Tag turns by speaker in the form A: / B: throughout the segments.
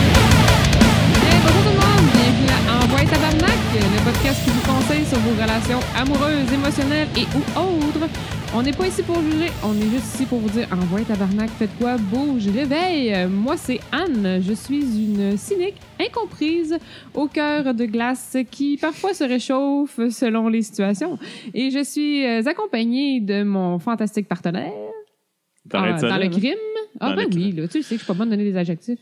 A: Bien, bonjour tout le monde, bienvenue à Envoie Tabarnak, le podcast qui vous conseille sur vos relations amoureuses, émotionnelles et ou autres. On n'est pas ici pour juger, on est juste ici pour vous dire Envoie Tabarnak, faites quoi, bouge, réveille. Euh, Moi, c'est Anne, je suis une cynique incomprise au cœur de glace qui parfois se réchauffe selon les situations. Et je suis euh, accompagnée de mon fantastique partenaire
B: T'arrêtes
A: ah,
B: ça
A: dans
B: là,
A: le
B: là?
A: crime. Ah
B: Dans
A: ben
B: le
A: oui, là, tu sais que je suis pas bonne à donner des adjectifs.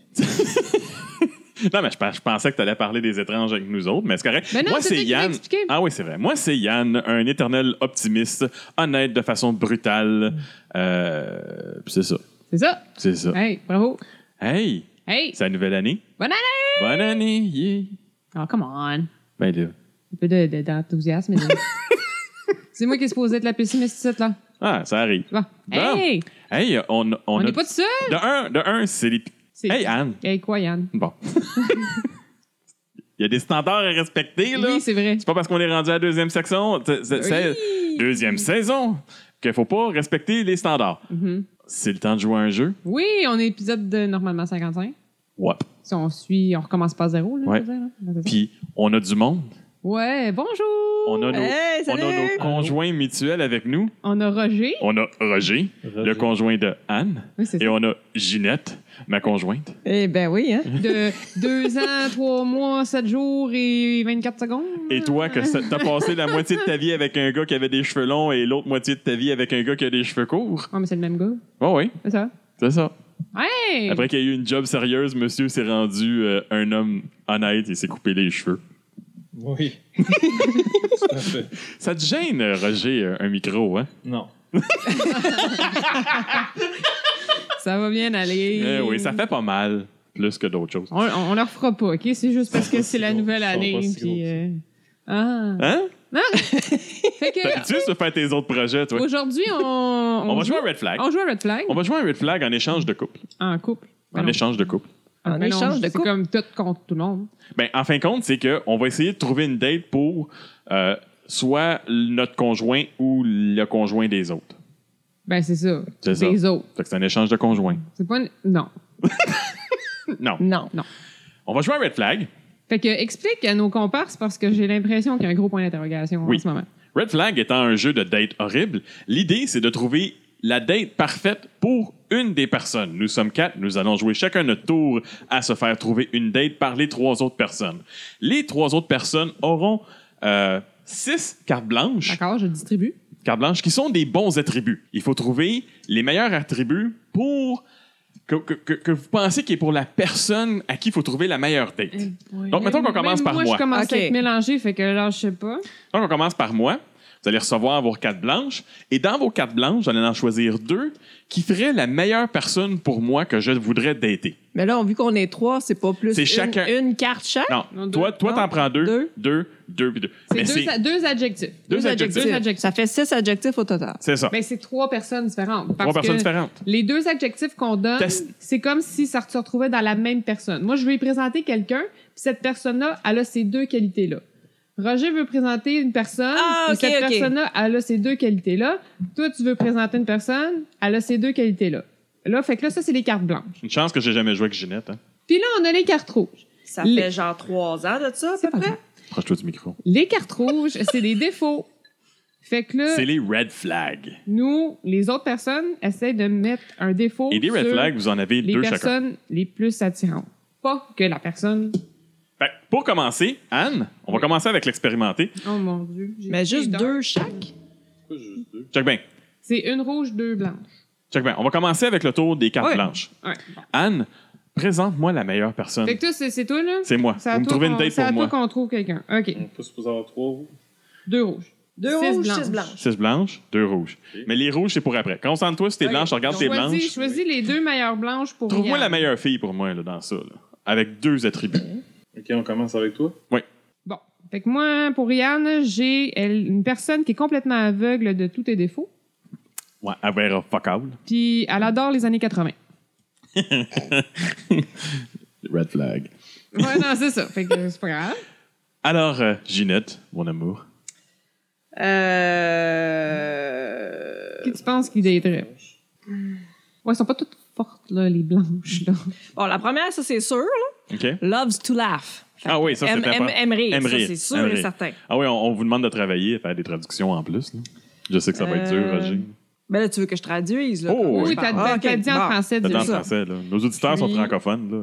B: Non, mais je, pens- je pensais que tu allais parler des étranges avec nous autres, mais c'est correct.
A: Mais non,
B: Moi,
A: c'est toi
B: c'est
A: qui l'as
B: Yann.
A: expliqué.
B: Ah oui, c'est vrai. Moi, c'est Yann, un éternel optimiste, honnête de façon brutale. Euh, puis c'est ça.
A: C'est ça.
B: C'est ça.
A: Hey, bravo.
B: Hey,
A: Hey,
B: c'est la nouvelle année.
A: bonne année!
B: Bonne année. yeah.
A: Oh, come on!
B: Ben là.
A: Un peu de- de- d'enthousiasme. De, c'est moi qui est supposé être la pessimiste, c'est là.
B: Ah, ça arrive.
A: Bon.
B: Bon.
A: Hey!
B: Hey, on, on,
A: On
B: a-
A: n'est pas tout seul!
B: De un, de un c'est les.
A: C'est-
B: Hey, Anne.
A: Hey, quoi, Yann?
B: Bon. Il y a des standards à respecter, là.
A: Oui, c'est vrai.
B: C'est pas parce qu'on est rendu à la deuxième section, t- c'est- c'est-
A: Oui.
B: deuxième saison, qu'il faut pas respecter les standards.
A: Mhm.
B: C'est le temps de jouer à un jeu.
A: Oui, on est épisode de normalement 55.
B: Wap.
A: Si on suit, on recommence pas à zéro, là.
B: Ouais.
A: je veux dire, là. Ouais, c'est ça.
B: Puis on a du monde.
A: Ouais, bonjour!
B: On a nos-
A: Hey,
B: On
A: salut!
B: a nos conjoints mutuels avec nous.
A: On a Roger.
B: On a Roger, le conjoint de Anne.
A: Oui, c'est
B: Et
A: ça.
B: on a Ginette, ma conjointe.
C: Eh ben oui, hein?
A: De 2 ans, 3 mois, 7 jours et 24 secondes.
B: Et toi, que ça- t'as passé la moitié de ta vie avec un gars qui avait des cheveux longs et l'autre moitié de ta vie avec un gars qui a des cheveux courts.
A: Ah, mais c'est le même gars.
B: Bon, oui,
A: C'est ça.
B: c'est ça.
A: Hey!
B: Après qu'il y a eu une job sérieuse, monsieur s'est rendu euh, un homme honnête et s'est coupé les cheveux.
D: Oui. Tout à fait.
B: Ça te gêne, euh, Roger, euh, un micro, hein?
D: Non.
A: Ça va bien aller.
B: Eh oui, ça fait pas mal, plus que d'autres choses.
A: On, on, on le refera pas, OK? C'est juste parce que
D: pas
A: c'est
D: si
A: la
D: gros,
A: nouvelle
D: ça va pas
A: année.
D: si
A: puis,
D: gros que ça.
A: euh, Ah.
B: Hein?
A: Fait que,
B: T'as l'habitude de faire tes autres projets, toi?
A: aujourd'hui, on, on,
B: On va jouer à Red Flag.
A: on joue à Red Flag
B: On va jouer à Red Flag en échange de couple.
A: en couple.
B: En échange de couple.
C: En échange de couple.
A: couple. C'est comme tout contre tout le monde.
B: Ben, en fin de compte, c'est qu'on va essayer de trouver une date pour euh, soit notre conjoint ou le conjoint des autres.
A: Ben, c'est ça.
B: C'est ça.
A: Des autres.
B: Fait que c'est un échange de conjoints.
A: C'est pas une- Non.
B: Non.
C: Non.
B: On va jouer à Red Flag.
A: Fait que explique à nos comparses parce que j'ai l'impression qu'il y a un gros point d'interrogation en
B: Oui.
A: ce moment.
B: Red Flag étant un jeu de date horrible, l'idée c'est de trouver la date parfaite pour une des personnes. Nous sommes quatre, nous allons jouer chacun notre tour à se faire trouver une date par les trois autres personnes. Les trois autres personnes auront euh, six cartes blanches,
A: D'accord, je distribue.
B: cartes blanches qui sont des bons attributs. Il faut trouver les meilleurs attributs pour que, que- que- que vous pensez qui est pour la personne à qui il faut trouver la meilleure date. Donc, mettons qu'on commence
A: Eh Même
B: par
A: Moi,
B: moi.
A: je commence
C: OK.
A: à être mélangée, fait que là, je sais pas.
B: Donc, on commence par moi. Vous allez recevoir vos cartes blanches. Et dans vos cartes blanches, vous allez en choisir deux qui feraient la meilleure personne pour moi que je voudrais dater.
C: Mais là, on- vu qu'on est trois, c'est pas plus
B: C'est
C: une,
B: chacun-
C: une carte chaque.
B: Non,
A: Non, deux.
B: toi, toi, t'en
C: Non.
B: prends deux.
C: Deux.
B: Deux, deux, puis deux.
A: C'est
B: Mais
A: deux,
B: c'est
A: a- deux adjectifs.
B: deux adjectifs.
A: Deux adjectifs.
C: Ça fait six adjectifs au total.
B: C'est ça.
A: Ben, c'est trois personnes différentes.
B: Trois
A: parce
B: personnes
A: que-
B: différentes.
A: Les deux adjectifs qu'on donne,
B: Test.
A: c'est comme si ça se retrouvait dans la même personne. Moi, je vais présenter quelqu'un, puis cette personne-là, elle a ces deux qualités-là. Roger veut présenter une personne,
C: Ah,
A: puis
C: ok,
A: cette
C: ok.
A: personne-là, elle a ces deux qualités-là. Toi, tu veux présenter une personne, elle a ces deux qualités-là. Là, fait que là, ça, c'est les cartes blanches.
B: Une chance que j'ai jamais joué avec Ginette. Hein.
A: Puis là, on a les cartes rouges.
C: Ça
A: Les- fait
C: genre trois ans de ça, à
A: C'est peu pas près. grave.
B: Approche-toi du micro.
A: Les cartes rouges, c'est les défauts. Fait que là,
B: C'est les red flags.
A: nous, les autres personnes, essaient de mettre un défaut
B: Et des red
A: sur
B: flags, vous en avez
A: les
B: deux chacun.
A: personnes les plus attirantes. Pas que la personne...
B: Fait que pour commencer, Anne, on va commencer avec l'expérimenté.
A: Oh mon Dieu. j'ai
C: Mais juste
A: des dents.
C: deux chaque?
D: Pourquoi juste deux?
B: Check bien.
A: C'est une rouge, deux blanches.
B: Check bien. On va commencer avec le tour des cartes
A: Ouais.
B: blanches.
A: Ouais. bon.
B: Anne, présente-moi la meilleure personne.
A: Fait que toi, c'est c'est toi, là?
B: C'est moi.
A: C'est à
B: Vous me
A: toi
B: trouvez une
A: qu'on-
B: date
A: c'est à
B: pour moi. Hum.
A: toi qu'on trouve quelqu'un. OK.
D: On n'est pas supposé avoir trois, vous?
A: Deux rouges.
C: Deux
A: Six
C: rouges,
A: blanches.
C: six blanches.
B: Six blanches, deux rouges. Mais les rouges, c'est pour après. Concentre-toi sur tes
C: Ok,
B: blanches, regarde
C: donc
B: tes
A: choisis,
B: blanches.
A: choisis les deux meilleures blanches pour
B: Trouve-moi
A: Yann.
B: la meilleure fille pour moi là, dans ça, là. avec deux attributs.
D: OK, on commence avec toi.
A: Bon. Fait que moi, pour Yann, j'ai elle- une personne qui est complètement aveugle de tous tes défauts.
B: Ouais, elle verra fuck all.
A: Puis, elle adore les années 80.
B: Red flag.
A: Ouais, non, c'est ça. Fait que c'est pas grave.
B: Alors, euh, Ginette, mon amour,
C: Euh,
E: Euh,
A: qui tu penses qui daterait? Ouais, elles sont pas toutes fortes, là, les blanches, là.
E: Bon, la première, ça, c'est sûr. là.
B: OK?
E: Loves to laugh. Fait
B: Ah
E: que
B: oui, ça, c'est
E: aime-
B: la
E: aime-
B: première.
E: aime rire,
B: Aime
E: ça,
B: rire,
E: c'est sûr
B: aime
E: et
B: rire.
E: certain.
B: Ah oui, on, on vous demande de travailler et faire des traductions en plus. là. Je sais que ça va être dur,
E: Euh,
B: Roger.
E: Ben là, tu veux que je traduise, là?
B: Oh,
E: comment
B: oui.
E: je
A: Oui, t'as
E: parle?
A: t'as-
E: Ah, ok,
A: t'as dit en
E: bon.
A: français,
B: Attends, en
A: dis-le.
B: français, là. Nos auditeurs sont
A: Puis-
B: francophones, là.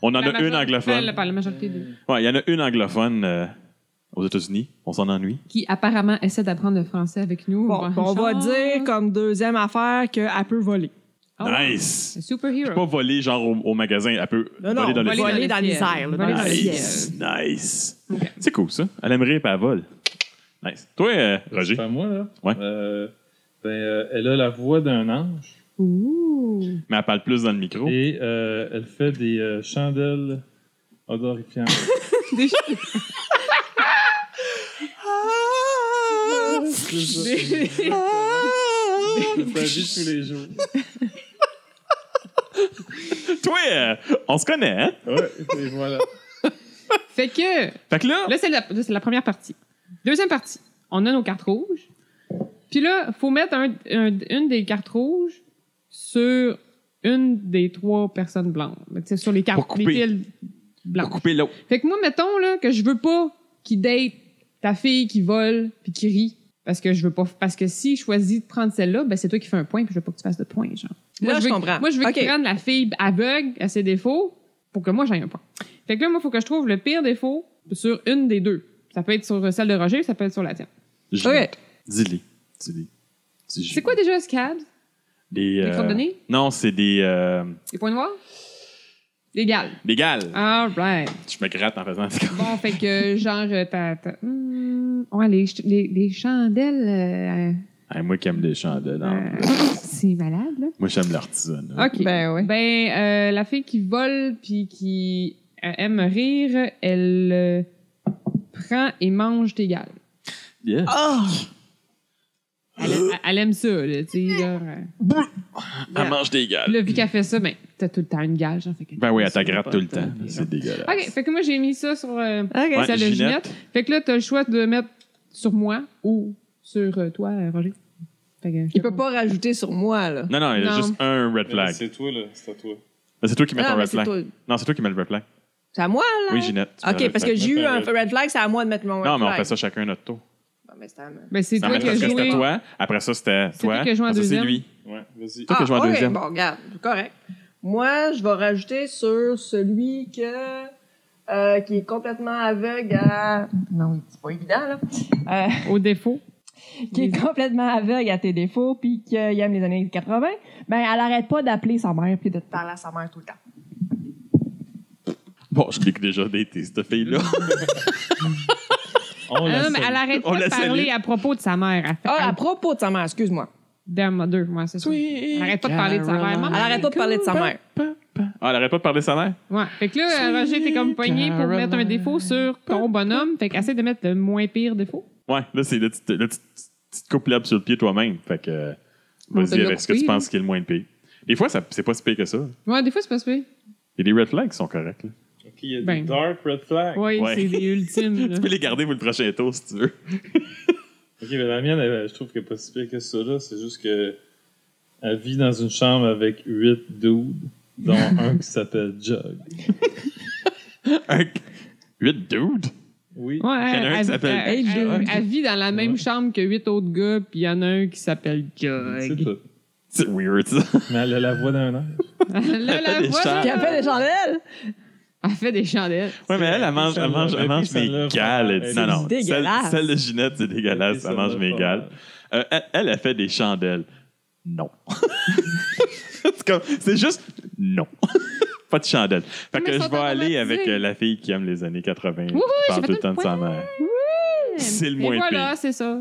B: On en
A: La
B: a une
A: majorité-
B: anglophone.
A: la- Par la majorité d'eux.
B: Ouais, il y en a une anglophone euh, aux États-Unis. On s'en ennuie.
A: Qui apparemment essaie d'apprendre le français avec nous.
E: Bon, on va dire comme deuxième affaire qu'elle peut voler.
A: Ah
B: Nice!
A: Super
B: Pas voler, genre, au, au magasin. Elle peut
E: Non, non,
B: voler dans
E: voler
B: le
E: dans
A: le
E: les
A: ciel.
E: airs, là,
A: Voler
E: dans
A: dans
E: le
A: le
B: Nice!
A: ciel.
B: Nice! C'est cool, ça. Elle aime rire et elle vole. Nice. Toi, euh, Roger.
D: C'est à moi, là?
B: Ouais.
D: Euh, ben, euh, elle a la voix d'un ange
A: Ouh.
B: Mais elle parle plus dans le micro.
D: et euh, elle fait des euh, chandelles odorifiantes.
A: Des-
B: Ah!
D: C'est ça.
A: des-
D: C'est sa vie de tous les jours.
B: Toi, euh, on se connaît, hein?
D: Ouais, et voilà.
A: Fait que,
B: Fait que là,
A: là, c'est la, là, c'est la première partie. Deuxième partie, on a nos cartes rouges. Puis là, faut mettre un- un- une des cartes rouges sur une des trois personnes blanches. Mais Tu sais, sur les cartes,
B: Pour
A: les
B: couper.
A: piles
B: pour
A: blanches.
B: couper l'eau.
A: Fait que moi, mettons là, que je veux pas qu'il date ta fille qui vole puis qui rit. Parce que je veux pas. Parce que si je choisis de prendre celle-là, ben c'est toi qui fais un point puis je veux pas que tu fasses de point, genre.
E: Là, je
A: veux,
E: comprends.
A: Moi, je veux
E: Ok.
A: qu'il prenne la fille aveugle à ses défauts pour que moi j'aille un point. Fait que là, moi, faut que je trouve le pire défaut sur une des deux. Ça peut être sur euh, celle de Roger, ça peut être sur la tienne.
E: OK.
B: Dis-les. Dis-les. Dis-les.
A: C'est quoi déjà ce cadre?
B: Des,
A: Des
B: euh,
A: coordonnées?
B: Non, c'est des, euh,
A: Les points noirs? Légal.
B: des gales.
A: All right.
B: Je me gratte en faisant ça.
A: Bon, fait que genre, euh, t'as. t'as- Hmm, ouais, les, ch- les, les chandelles. euh,
B: Hey, moi qui aime les chandelles. hein.
A: Euh, c'est malade, là.
B: Moi, j'aime l'artisanat.
A: OK. Ben,
E: Ben oui.
A: euh, la fille qui vole puis qui euh, aime rire, elle euh, prend et mange tes gales.
B: Yeah.
E: Ah!
A: Elle,
B: Euh.
A: elle- elle aime ça, là, tu sais. genre, euh,
B: Elle mange des gales.
A: Là, vu qu'elle fait ça, ben, t'as tout le temps une gale, genre. Fait que-
B: Ben oui, elle t'agratte tout le temps.
A: Puis,
B: C'est dégueulasse.
A: OK, fait que moi, j'ai mis ça sur euh,
E: OK.
B: Ouais,
A: celle de
B: Ginette.
A: Ginette. Fait que là, t'as le choix de mettre sur moi ou sur euh, toi, euh, Roger. Fait que, je
E: Il
A: te-
E: peut pas rajouter sur moi, là.
B: Non, non, il y a
A: Non.
B: juste un red
D: Mais
B: flag. Ben,
D: C'est toi, là. C'est à toi.
B: C'est toi qui mets
E: Ah,
B: ton
E: mais
B: red
E: c'est
B: flag.
E: toi.
B: Non, c'est toi qui mets le red flag.
E: C'est à moi, là?
B: Oui, Ginette. tu mets le
E: OK,
B: red
E: parce que
B: flag.
E: j'ai eu un
D: Red flag.
E: red flag, c'est à moi de mettre mon red
B: Non,
E: flag.
B: mais on fait ça chacun notre tour.
E: Bon, ben, c'est à moi.
A: Ben, c'est
B: Non,
A: toi
B: mais
A: qui as
B: parce que c'était
A: joué.
B: toi. Après ça, c'était
A: C'est
B: toi.
A: toi qui as joué en
B: Après ça, c'est
A: deuxième.
B: lui.
D: Ouais, vas-y.
B: Toi qui as joué en
E: Ah, ok,
B: deuxième.
E: Bon, regarde, c'est correct. Moi, je vais rajouter sur celui que, euh, qui est complètement aveugle à... Non, c'est pas évident, là. Euh,
A: Au défaut.
E: qui est complètement aveugle à tes défauts puis qu'il aime les années 80, ben elle arrête pas d'appeler sa mère puis de te parler à sa mère tout le temps.
B: Bon, je l'ai déjà daté, cette fille-là.
D: On
A: Ah
D: la
B: Euh,
A: non, mais elle
D: salue.
A: arrête
B: On
A: pas
B: la
A: de
B: salue.
A: parler à propos de sa mère. Elle fait
E: Ah, à
A: un
E: propos de sa mère, excuse-moi.
A: damn mother, moi, c'est ça. Elle arrête pas de parler de sa mère.
E: Elle
A: Maman,
E: arrête pas de parler de sa mère.
B: Ah, elle arrête pas de parler de sa mère?
A: Ouais. Fait que là, euh, Roger, t'es comme poigné pour mettre un défaut sur ton bonhomme. Fait qu'essaie de mettre le moins pire défaut.
B: Ouais, là, c'est là, tu te, là, tu- tu te coupes l'herbe sur le pied toi-même. Fait que, euh,
A: On te
B: vas-y
A: l'a
B: avec ce que
A: coupé,
B: tu
A: là.
B: penses qui est le moins de pire. Des fois, ça- c'est pas si pire que ça.
A: Ouais, des fois, c'est pas super.
B: Il y a des red flags qui sont corrects. là.
D: Ok, il y a des
A: Ben.
D: dark red flags.
A: Ouais,
B: Ouais.
A: c'est des
E: Mm-hmm.
A: ultimes. là.
B: Tu peux les garder pour le prochain tour si tu veux.
D: Ok, mais la mienne, elle, je trouve qu'elle est pas si pire que ça, là. C'est juste que. Elle vit dans une chambre avec huit dudes, dont un qui s'appelle Jug.
B: Un- Huit dudes?
D: Oui.
A: Ouais,
B: Il y en a un qui
A: elle,
B: s'appelle
A: elle-
E: Jock.
A: elle- elle vit dans la même
D: Ouais.
A: chambre que huit autres gars, puis il y en a un qui s'appelle
D: C'est
A: Jug.
D: tout.
B: C'est weird, ça.
D: Mais elle a la voix d'un ange.
A: là, la
B: Des
A: voix,
B: chandelles.
E: hein. Qui a fait des chandelles.
A: elle fait des chandelles.
B: Ouais, mais elle, elle mange, elle mange, elle mange mes gales. Elle dit, non, non.
E: C'est
B: Celle,
E: dégueulasse.
B: celle de Ginette, c'est dégueulasse. Elle mange mes gales. Euh, elle, elle, elle fait des chandelles. Non. c'est comme- c'est juste non. Pas de chandelle. Fait
A: Mais
B: que
A: ils
B: je
A: sont
B: vais aller
A: traumatisés.
B: avec euh, la fille qui aime les années 80. qui
A: Wouhou,
B: parle
A: j'ai
B: tout le
A: fait
B: temps
A: un
B: de sa mère. C'est le
A: Et
B: moins
A: voilà,
B: pire.
A: c'est ça.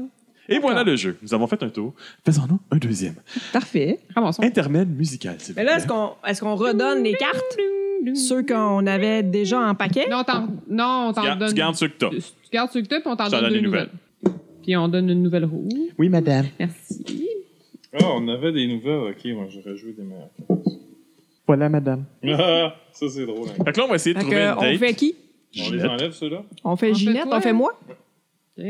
B: Et voilà le jeu. Nous avons fait un tour. Faisons-nous un deuxième.
E: Parfait.
A: Ramassons.
B: Intermède musical, s'il vous
E: Mais là,
B: plaît.
E: est-ce qu'on est-ce qu'on redonne les cartes? Ceux qu'on avait déjà en paquet?
A: Non, t'en- non, on
B: Tu
A: t'en
B: gardes-
A: donne.
B: Tu gardes ce que t'as.
A: Tu tu gardes ce que t'as, puis on t'en
B: Je
A: donne, deux nouvelles. Puis on donne une nouvelle roue.
B: Oui, madame.
A: Merci.
D: Ah, on avait des nouvelles. Ok, moi, j'aurais joué des meilleures.
B: Voilà, madame.
D: Ah, ça, c'est drôle. hein.
B: Fait que là, on va essayer de
E: Fait
B: trouver
E: que,
B: une
E: on
B: date.
E: fait
D: On
E: qui?
D: les
B: Ginette.
D: enlève, ceux-là?
E: On fait
A: On fait
E: Ginette,
A: toi.
E: on fait moi?
A: Ok.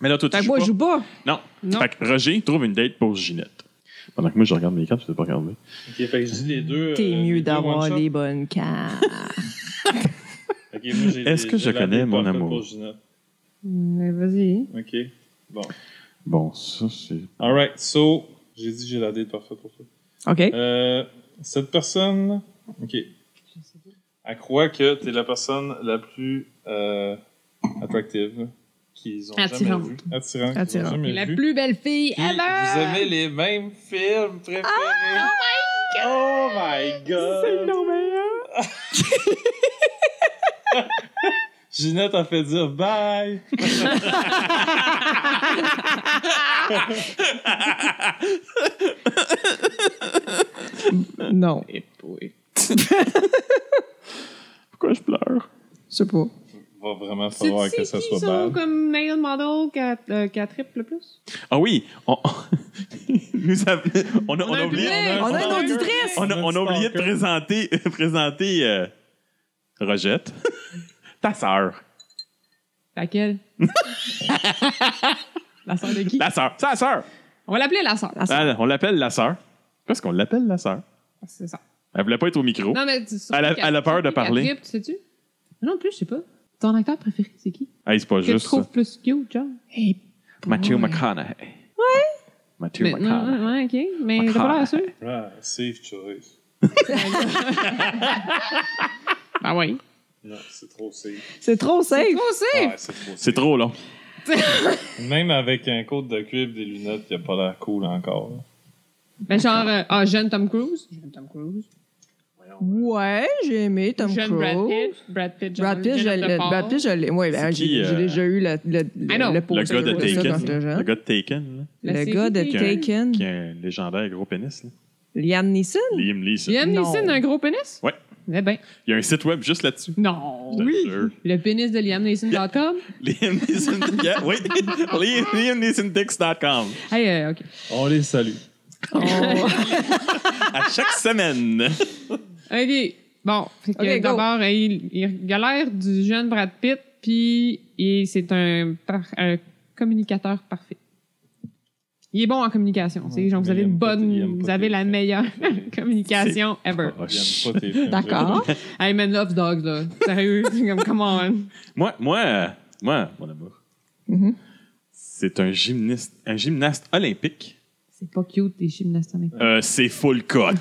B: Mais là, toi,
C: Fait que
B: tu joues
C: moi,
B: pas.
C: je joue pas.
B: Non.
A: Non.
B: Fait que Roger trouve une date pour Ginette. Pendant que moi, je regarde mes cartes, je ne pas regarder.
D: Ok, fait que je dis les deux.
E: T'es
D: euh,
E: mieux
D: les deux
E: d'avoir
D: one-shots.
E: des bonnes cartes.
D: Ok, moi, j'ai-
B: Est-ce que
D: j'ai
B: je
D: la
B: connais
D: date
B: mon
D: parfaite
B: amour?
D: pour Ginette.
A: Mais vas-y.
D: Ok. Bon.
B: Bon, ça, c'est.
D: Alright, so. J'ai dit que j'ai la date parfaite pour toi.
E: OK.
D: Euh, cette personne. Ok. Elle croit que t'es la personne la plus euh, attractive qu'ils ont
A: Attirante.
D: jamais vue. Attirante. qu'ils ont
E: Attirante.
D: jamais
A: La
D: vue.
A: plus belle fille
D: Puis,
A: ever! Ah,
D: Vous avez les mêmes films préférés. Oh my god! Oh my god! Ginette a fait dire bye!
E: Non,
B: Pourquoi je pleure?
E: je sais pas.
D: Va vraiment
A: Tu
D: falloir
A: sais
D: que ça
A: qui
D: soit
A: sont
D: bad.
A: comme male model qui a, euh, qui a triple le plus?
B: Ah oui! On, Nous av- on, a, on a
A: un
B: oublié.
A: public!
E: On a
A: un
E: une
A: stalker.
E: auditrice!
B: On a, on a oublié de
D: Stalker.
B: présenter, présenter euh, Rogette, ta sœur.
A: Laquelle? la sœur de qui?
B: La sœur, sa sœur.
A: On va l'appeler la sœur.
E: La sœur.
B: Ah, on l'appelle la sœur. Parce qu'on l'appelle la sœur.
A: C'est ça.
B: Elle voulait pas être au micro.
A: Non, mais tu-
B: Elle a-
A: surtout
B: elle a peur de
A: qu'elle
B: parler.
A: triple, tu sais-tu? Non, non plus, je sais pas. Ton acteur préféré, c'est qui?
B: Hey, c'est pas
A: Que tu
B: juste.
A: trouves plus cute, genre?
B: ça. Matthew
A: Ouais.
B: McConaughey. Ouais. Matthew
A: Mais, non,
B: McConaughey.
A: non, ouais, ok. Mais t'as pas l'air sûr?
D: Ah, safe choice.
A: Ah oui.
D: Non, c'est trop safe.
E: C'est trop safe.
A: Trop safe!
D: Ouais, c'est trop
B: C'est
D: safe.
B: trop long.
D: Même avec un côte de cuivre, des lunettes, il a pas l'air cool encore.
A: Mais genre, euh, ah, jeune Tom Cruise. Jeune Tom Cruise.
E: Ouais, j'ai aimé Tom
A: jeune Brad
E: Cruise.
A: Pitt. Brad Pitt, genre,
E: Brad Pitt, je
A: jeune homme de
E: l'ai.
A: part.
E: Brad Pitt, je l'ai. Ouais, ben,
B: C'est
E: j'ai
B: qui, euh,
E: j'ai déjà eu le, le,
A: I know.
E: le, le
B: Le
E: poster
B: gars de
E: de ça quand
B: Taken.
E: j'étais
B: Le
E: jeune.
B: gars de Taken, là,
A: La
E: Le
A: série
E: gars de
A: qui-
E: Taken.
B: qui est un légendaire gros pénis. là.
E: Liam Neeson?
B: Liam Neeson.
A: Oh. Liam
E: Non.
A: Neeson a un gros pénis?
B: Ouais.
A: Eh ben,
B: Il y a un site web juste là-dessus.
A: non.
B: Je te jure.
A: Le pénis de Liam Neeson.com.
B: Liam Neeson. yeah, wait. Liam, LiamNeesonDicks.com.
A: Hey, euh, ok.
D: On les salue.
B: À chaque semaine.
A: OK. Bon, fait que
E: OK, go.
A: d'abord, euh, il, il galère du jeune Brad Pitt, puis il- c'est un, par- un communicateur parfait. Il est bon en communication. tu sais, genre, vous
D: mais
A: avez
D: il
A: une
D: aime pas- il
A: bonne,
D: aime
A: vous
D: pas
A: avez
D: tes
A: la
D: films.
A: meilleure communication ever.
D: J'aime pas tes films.
E: D'accord.
A: Hey, man, love dogs, là. Sérieux, c'est comme, come on.
B: Moi, moi, euh, moi, mon amour,
A: Mm-hmm.
E: Mhm.
B: c'est un gymnaste, un gymnaste olympique.
A: C'est pas cute, les gymnastes. Hey,
B: Euh, c'est full cut.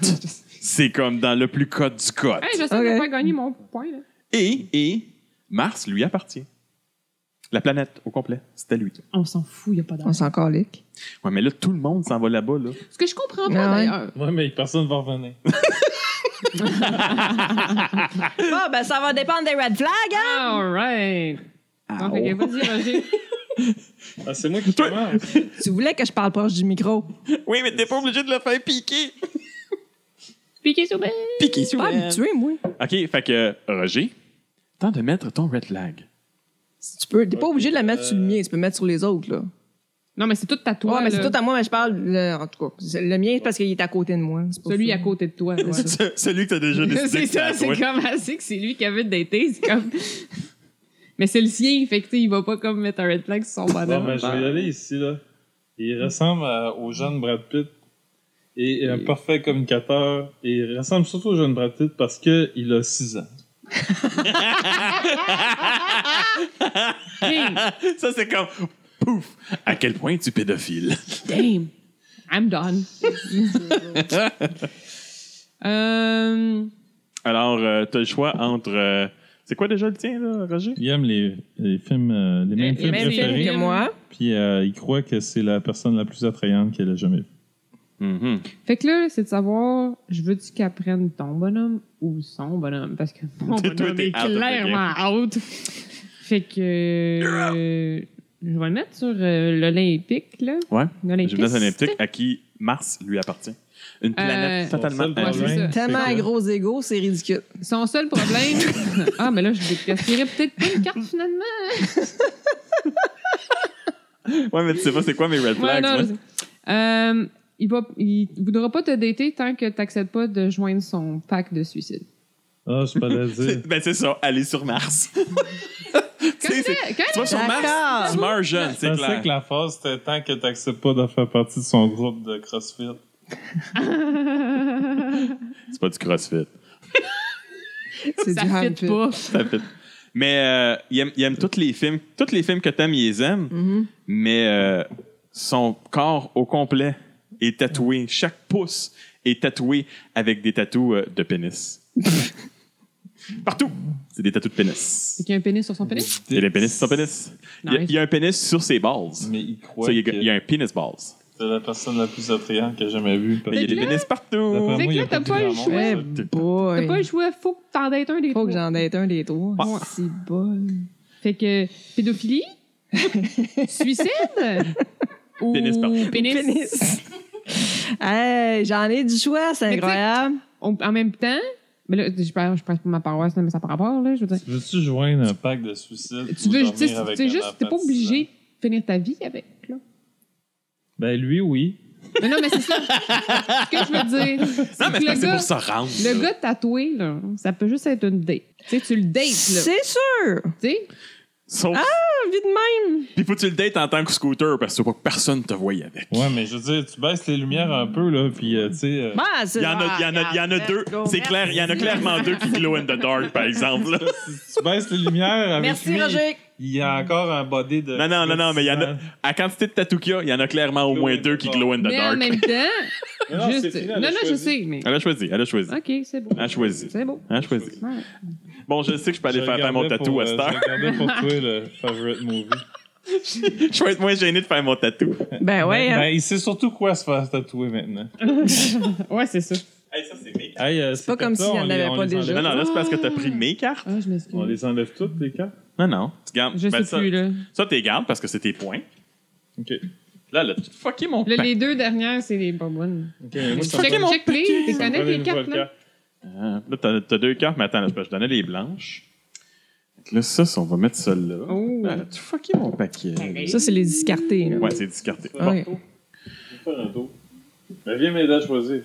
B: c'est comme dans le plus cut du cut.
A: je sais
E: OK.
A: pas gagner mon point, là.
B: Et, et Mars lui appartient. La planète au complet, c'était lui.
A: On s'en fout, y a pas d'argent.
E: On s'en calique.
B: Ouais, mais là, tout le monde s'en va là-bas. Là.
A: Ce que je comprends pas,
E: Ouais, ouais.
A: d'ailleurs.
D: Ouais, mais personne va revenir.
E: Bon, ben, ça va dépendre des red flags, hein?
A: All right. Bon, fait que
E: oh.
A: vas-y, Roger.
D: Ah, c'est moi qui
B: Toi-
D: commence.
E: Tu voulais que je parle proche du micro?
B: Oui, mais t'es pas obligé de le faire piquer.
A: Piqué sur belle.
B: Piquer
E: Je suis
B: sur
E: pas
B: elle.
E: habitué, moi.
B: OK, fait que, Roger, temps de mettre ton red flag.
E: Si tu peux. T'es pas
D: Ok,
E: obligé de la mettre sur le
D: euh,
E: mien, tu peux mettre sur les autres, là.
A: Non, mais c'est tout tatoué.
E: Ouais, mais
A: là.
E: c'est tout à moi, mais je parle. le- en tout cas, c'est- le mien, c'est parce qu'il est à côté de moi. c'est pour
A: Celui
E: ça.
A: à côté de toi. ouais.
B: Ce- Celui que t'as déjà décidé
A: c'est
B: que
A: ça,
B: c'était
A: c'est
B: à toi.
A: comme assez que c'est lui qui avait daté. C'est comme. Mais c'est le sien, fait que, tu sais, il va pas comme mettre un red flag sur son
D: Bon,
A: bonhomme.
D: ben, je vais y aller ici, là. Il ressemble à- au jeune Brad Pitt. Et est un parfait communicateur. Et il ressemble surtout au jeune Brad Pitt parce qu'il a 6 ans.
A: Damn,
B: Ah, Ça, c'est comme, pouf, à quel point tu pédophile.
A: damn, I'm done. euh,
B: Alors, euh, t'as le choix entre. euh, c'est quoi déjà le tien, là, Roger?
D: Il aime les, les films, euh, les mêmes
A: Les
D: films
A: mêmes
E: Même
D: préférés.
E: film que moi.
D: Puis euh, il croit que c'est la personne la plus attrayante qu'elle a jamais vue.
B: Mm-hmm.
A: fait que là, c'est de savoir, je veux-tu qu'elle prenne ton bonhomme ou son bonhomme? Parce que mon
B: Toi,
A: bonhomme
B: t'es
A: est
B: out of the
A: clairement out. Fait que. euh, je vais le mettre sur euh, l'Olympique, là.
B: Ouais.
A: L'Olympique.
B: Gymnase olympique à qui Mars lui appartient. Une planète
A: Euh,
B: totalement
D: Son
A: ouais,
D: seul
A: c'est
B: individuelle.
A: ça.
D: problème,
E: Tellement
D: c'est
E: un
D: que-
E: gros égo, c'est ridicule.
A: Son seul problème. ah, mais là, je détesterais peut-être pas une carte finalement.
B: Ouais, mais tu sais pas c'est quoi mes red
A: Ouais,
B: flags.
A: non,
B: moi.
A: je sais. Euh, il va, il voudra pas te dater tant que t'acceptes pas de joindre son pack de suicide.
D: Ah, je peux pas la dire.
B: C'est- ben c'est ça, aller sur Mars. sais, c'est-
A: Correct, correct.
B: Tu vas sur Mars,
E: D'accord.
B: tu meurs jeune,
D: Je
B: c'est
D: pensais
B: clair.
D: que la phrase c'était tant que t'acceptes pas de faire partie de son groupe de CrossFit.
B: C'est pas du crossfit.
E: C'est
A: ça
E: du hand
A: fit pas.
B: Ça fait- Mais euh, il aime, il aime tous les films. Tous les films que t'aimes, il les aime.
E: Mhm.
B: Mais euh, son corps au complet est tatoué. Chaque pouce est tatoué avec des tatous euh, de pénis. Partout! C'est des tatous de pénis.
A: Fait qu'il y a un pénis sur son pénis?
B: Il y a des pénis sur son pénis. Il y a,
A: Nice.
B: il y a un pénis sur ses balls.
D: Mais il croit
B: Ça, il, y a,
D: que
B: il y a un penis balls.
D: c'est la personne la plus attrayante que j'ai jamais vue.
B: Mais il y a des
A: que là-
B: pénis partout.
A: Fait que là, t'as pas le choix.
E: Eh
A: T'as
E: boy.
A: pas le choix, faut que t'en dates un des
E: Faut
A: trois.
E: que j'en aide un des trois.
B: Ouais.
E: C'est bol.
A: Fait que pédophilie, suicide ou
B: Pénis partout.
A: pénis.
E: Pénis. Hey, j'en ai du choix, c'est
A: Mais tu sais-
E: incroyable.
A: On- en même temps, mais là, je parle, je parle pour ma paroisse, là, mais ça par rapport, là, je veux dire.
D: Veux-tu joindre un pack de suicide?
A: Tu veux, tu sais, c'est juste, t'es pas obligé de finir ta vie avec, là.
D: Ben lui, oui.
A: Mais non, mais c'est ça. ce que je veux dire. c'est
B: Non, mais
A: que
B: c'est parce
A: le
B: que c'est
A: gars-
B: pour se rendre.
A: Le gars tatoué, là, ça peut juste être une date. Tu sais, tu le dates, là.
E: C'est sûr.
A: Tu sais?
B: Sauf-
E: Pas envie de même.
B: Puis faut que tu le dates en tant que scooter parce que tu veux pas que personne te voie avec.
D: Ouais, mais je veux dire, tu baisses les lumières un peu, là, puis euh, tu sais... euh,
E: Ben, c'est
B: Il y en a, il y en a, il y en a deux. C'est clair, il y en a clairement deux qui glow in the dark, par exemple. là.
D: si tu baisses les lumières avec
E: Merci,
D: lui,
E: Roger.
D: il y a encore un body de...
B: Non, non, non, non, mais il y en a. À quantité de tattoos qu'il y a, il y en a clairement au moins deux qui glow in the
A: Mais en
B: dark.
A: même temps,
D: Non, non, c'est
A: juste.
D: fini,
A: non,
D: elle a
A: non, je
D: choisi.
A: sais, mais.
B: Elle a choisi, elle a choisi.
A: OK, c'est beau.
B: Elle a choisi.
A: C'est beau.
B: Elle a choisi.
A: Ouais.
B: Bon, je sais que je peux aller
D: Je
B: faire faire mon
D: regardais
B: tatou
D: pour,
B: à cette
D: euh,
B: heure.
D: Je regardais pour toi le favorite movie.
B: Je vais être moins gêné de faire mon tatou.
E: Ben ouais.
D: ben,
E: hein.
D: ben, il sait surtout quoi se faire tatouer maintenant.
A: Ouais, c'est ça.
B: Hey, ça, c'est mes cartes.
D: Hey, euh, c'est
E: pas comme
D: ça,
E: s'il y en
D: on les-
E: avait
D: on
E: pas
D: les
E: déjà. Mm.
B: Non,
D: enlève-
B: non, là, c'est parce que t'as pris mes cartes.
A: Ah, je
D: On
A: m'excuse.
D: les enlève toutes, les cartes?
B: Non, non. Tu gardes.
A: Je
B: ben,
A: sais
B: ça,
A: plus, là.
B: Ça, t'es gardes parce que c'est tes points.
D: OK.
B: Là, là, tu fucké mon
A: Là,
B: pack.
A: les deux dernières, c'est les pas bonnes.
D: OK.
A: Mais
D: moi, ça me
A: Check,
D: donne-
A: check, please. Tu
D: ça me
A: connais
D: donne
A: les
D: une
A: cartes,
D: nouvelle
A: là?
D: carte.
B: Ah, Là, t'as t'as deux cartes, mais attends, là, je je donnais les blanches. Fait que Là, ça, ça, on va mettre celle-là.
A: Oh.
B: Ah, tu fucké mon paquet.
E: Ça, c'est les discartés. Là.
B: ben. Ouais, c'est discarté. Bon.
E: Ouais.
D: Je vais faire un tour. Ben, viens m'aider à choisir.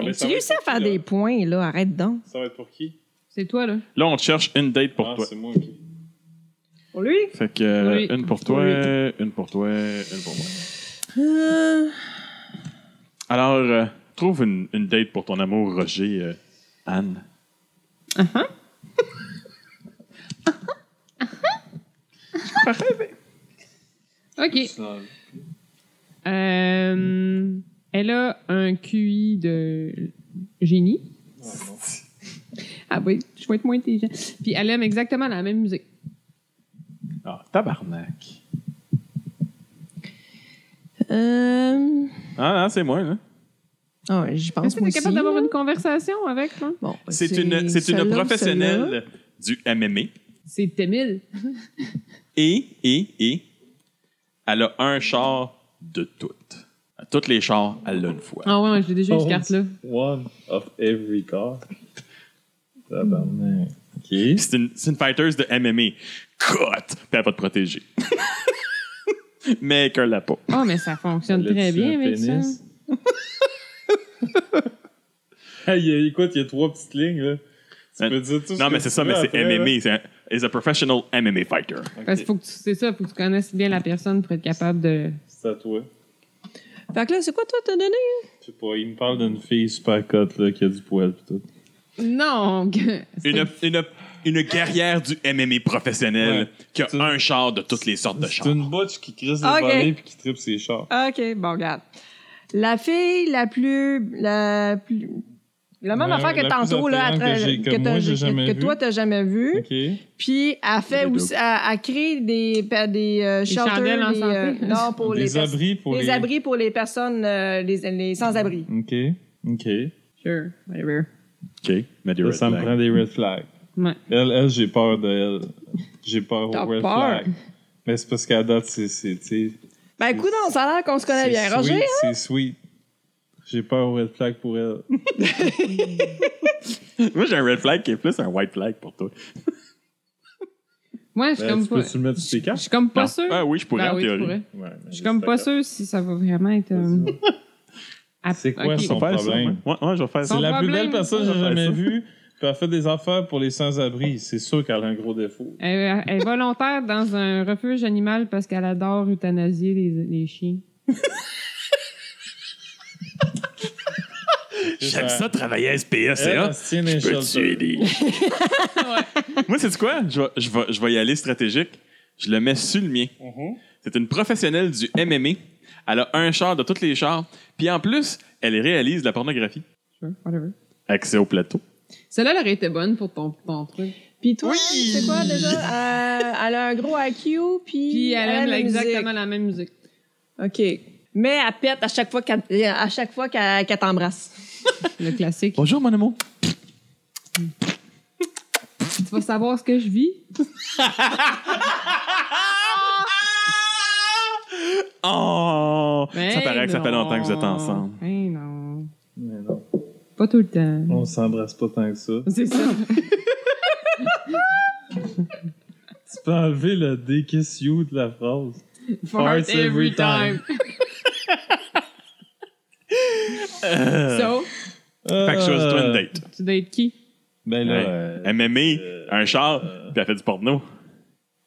D: Ah, mais
E: Tu
D: ça va être
E: réussis à
D: pour
E: faire
D: qui,
E: des
D: là?
E: points, là. Arrête donc.
D: Ça va être pour qui?
A: C'est toi, là.
B: Là, on te cherche une date pour
D: ah,
B: toi.
D: c'est moi, OK.
E: Pour lui?
B: Fait que euh,
A: Oui.
B: une pour toi,
A: Oui.
B: une pour toi, une pour moi. Alors, euh, trouve une, une date pour ton amour, Roger, euh, Anne.
A: OK.
D: Sinon,
A: Euh, elle a un QI de génie.
D: ah, non.
A: Ah oui, je vais être moins intelligent. Puis elle aime exactement la même musique.
B: Ah, tabarnak.
E: Euh...
B: Ah, non, c'est moi, là.
E: Ah, J'y pense
A: Est-ce que
E: moi
A: t'es
E: aussi.
A: capable d'avoir une conversation avec, toi?
E: Bon,
B: C'est une, c'est une
E: celle-là,
B: professionnelle du MMA.
A: C'est Émile.
B: Et, et, et, elle a un char de toutes. À toutes les chars, elle l'a une fois.
A: Ah ouais, j'ai déjà eu
E: Oh.
A: cette carte-là.
D: One of every car. Tabarnak. OK.
B: Puis C'est une, c'est une fighters de MMA. Cut! Puis elle va te protéger. Mais qu'elle l'a pas.
A: Ah, mais ça fonctionne très
D: Là-dessus,
A: bien hein.
D: un
A: avec
D: pénis.
A: ça.
D: Ah, il y a- écoute, il y a trois petites lignes, là. Tu
B: Euh,
D: peux dire tout ce
B: Non,
D: que
B: mais
D: tu
B: c'est ça,
D: veux
B: mais c'est
D: après, là.
B: MMA. C'est un- is a professional MMA fighter.
A: Parce qu'il faut que tu, c'est ça, faut que tu connaisses bien la personne pour être capable de.
D: C'est à toi.
E: là. Fait que là, c'est quoi toi t'as donné?
D: Je sais pas, il me parle d'une fille super cote, là, qui a du poil, pis tout.
A: Non! que- c'est-
B: Une, une, une guerrière du MMA professionnel
D: Ouais.
B: qui a
D: C'est-
B: un char de toutes les sortes de
D: C'est
B: chars.
D: une butch qui crisse des
E: Ok.
D: volets pis qui tripe ses chars.
E: Ah, OK, bon, regarde. La fille la plus... La plus... La même
D: La-
E: affaire que
D: la plus
E: tantôt, là,
D: attrayante
E: après-
D: que j'ai- que
E: t'as-
D: moi, j'ai jamais
E: que
D: vue.
E: toi, t'as jamais vu.
D: OK.
E: Puis, elle fait
B: Des
E: aussi, elle, elle crée des, pa- des, euh, shelters,
A: chandelles en
E: des, euh,
A: santé.
E: non, pour les,
D: des
E: pers-
D: abris pour
E: des
D: les... Mm.
E: abris pour les personnes, euh, les, les sans-abri.
D: OK. OK.
A: Sure, whatever.
B: OK. Mais des
D: Ça,
B: red
D: ça me
B: flags.
D: prend des red flags.
A: Ouais.
D: Elle, elle j'ai peur de elle. J'ai peur
E: T'as
D: aux red
E: peur?
D: flags. Mais c'est parce qu'à date, c'est... c'est- tu sais,
E: Ben, écoute, ça a l'air qu'on se connaît
D: c'est
E: bien. Roger,
D: sweet, C'est sweet. J'ai peur aux red flags pour elle.
B: Moi, j'ai un red flag qui est plus un white flag pour toi.
A: Moi, je suis
D: Ben,
A: comme
D: tu
A: pas.
D: peux-tu le mettre sur tes
A: Je
D: cartes?
A: suis comme pas
B: Non.
A: sûre.
B: Ah oui, je pourrais,
A: Ben
B: en
A: oui, tu
B: théorie.
A: pourrais.
D: Ouais, mais
A: Je suis comme pas
D: d'accord.
A: sûre si ça va vraiment être. euh,
D: C'est quoi
A: ok.
D: son-
B: Faire ça,
D: problème. hein?
B: ouais. Ouais, ouais, je vais faire ça.
A: Son
D: C'est la plus
A: problème.
D: belle personne que j'ai
B: Ouais,
D: jamais
B: ça.
D: vue. Puis elle fait des affaires pour les sans-abri. C'est sûr qu'elle a un gros défaut.
A: Elle, elle est volontaire dans un refuge animal parce qu'elle adore euthanasier les, les chiens.
B: J'aime ça travailler à SPSA.
D: Elle se tient
B: hein. Je
D: les
B: peux tuer
D: shelters.
B: des. Moi, c'est quoi? Je vais, je, vais, je vais y aller stratégique. Je le mets sur le mien. C'est une professionnelle du MMA. Elle a un char de tous les chars. Puis en plus, elle réalise de la pornographie.
A: Sure, whatever.
B: Accès au plateau.
A: Celle-là, elle aurait été bonne pour ton, ton truc.
E: Puis toi,
B: Oui!
E: c'est quoi déjà? Euh, elle a un gros IQ, puis,
A: Puis elle aime
E: la
A: exactement la même musique.
E: musique. OK. Mais elle pète à chaque fois qu'elle à chaque fois qu'elle qu'elle t'embrasse.
A: Le classique.
B: Bonjour, mon amour.
A: tu vas savoir ce que je vis?
D: Ah!
B: Oh! ça
A: Ben
B: paraît que ça fait
A: non.
B: longtemps que vous êtes ensemble.
A: Ben non.
D: Mais non,
A: Pas tout le temps.
D: on s'embrasse pas tant que ça.
A: C'est ça.
D: Tu peux enlever le « they kiss you » de la phrase.
A: Farts every time. so,
B: Fait que je choisis toi une date.
A: tu dois être qui?
D: Ben là,
B: Ouais.
D: euh,
B: MMA,
D: euh,
B: un char,
D: euh,
B: puis elle fait du porno.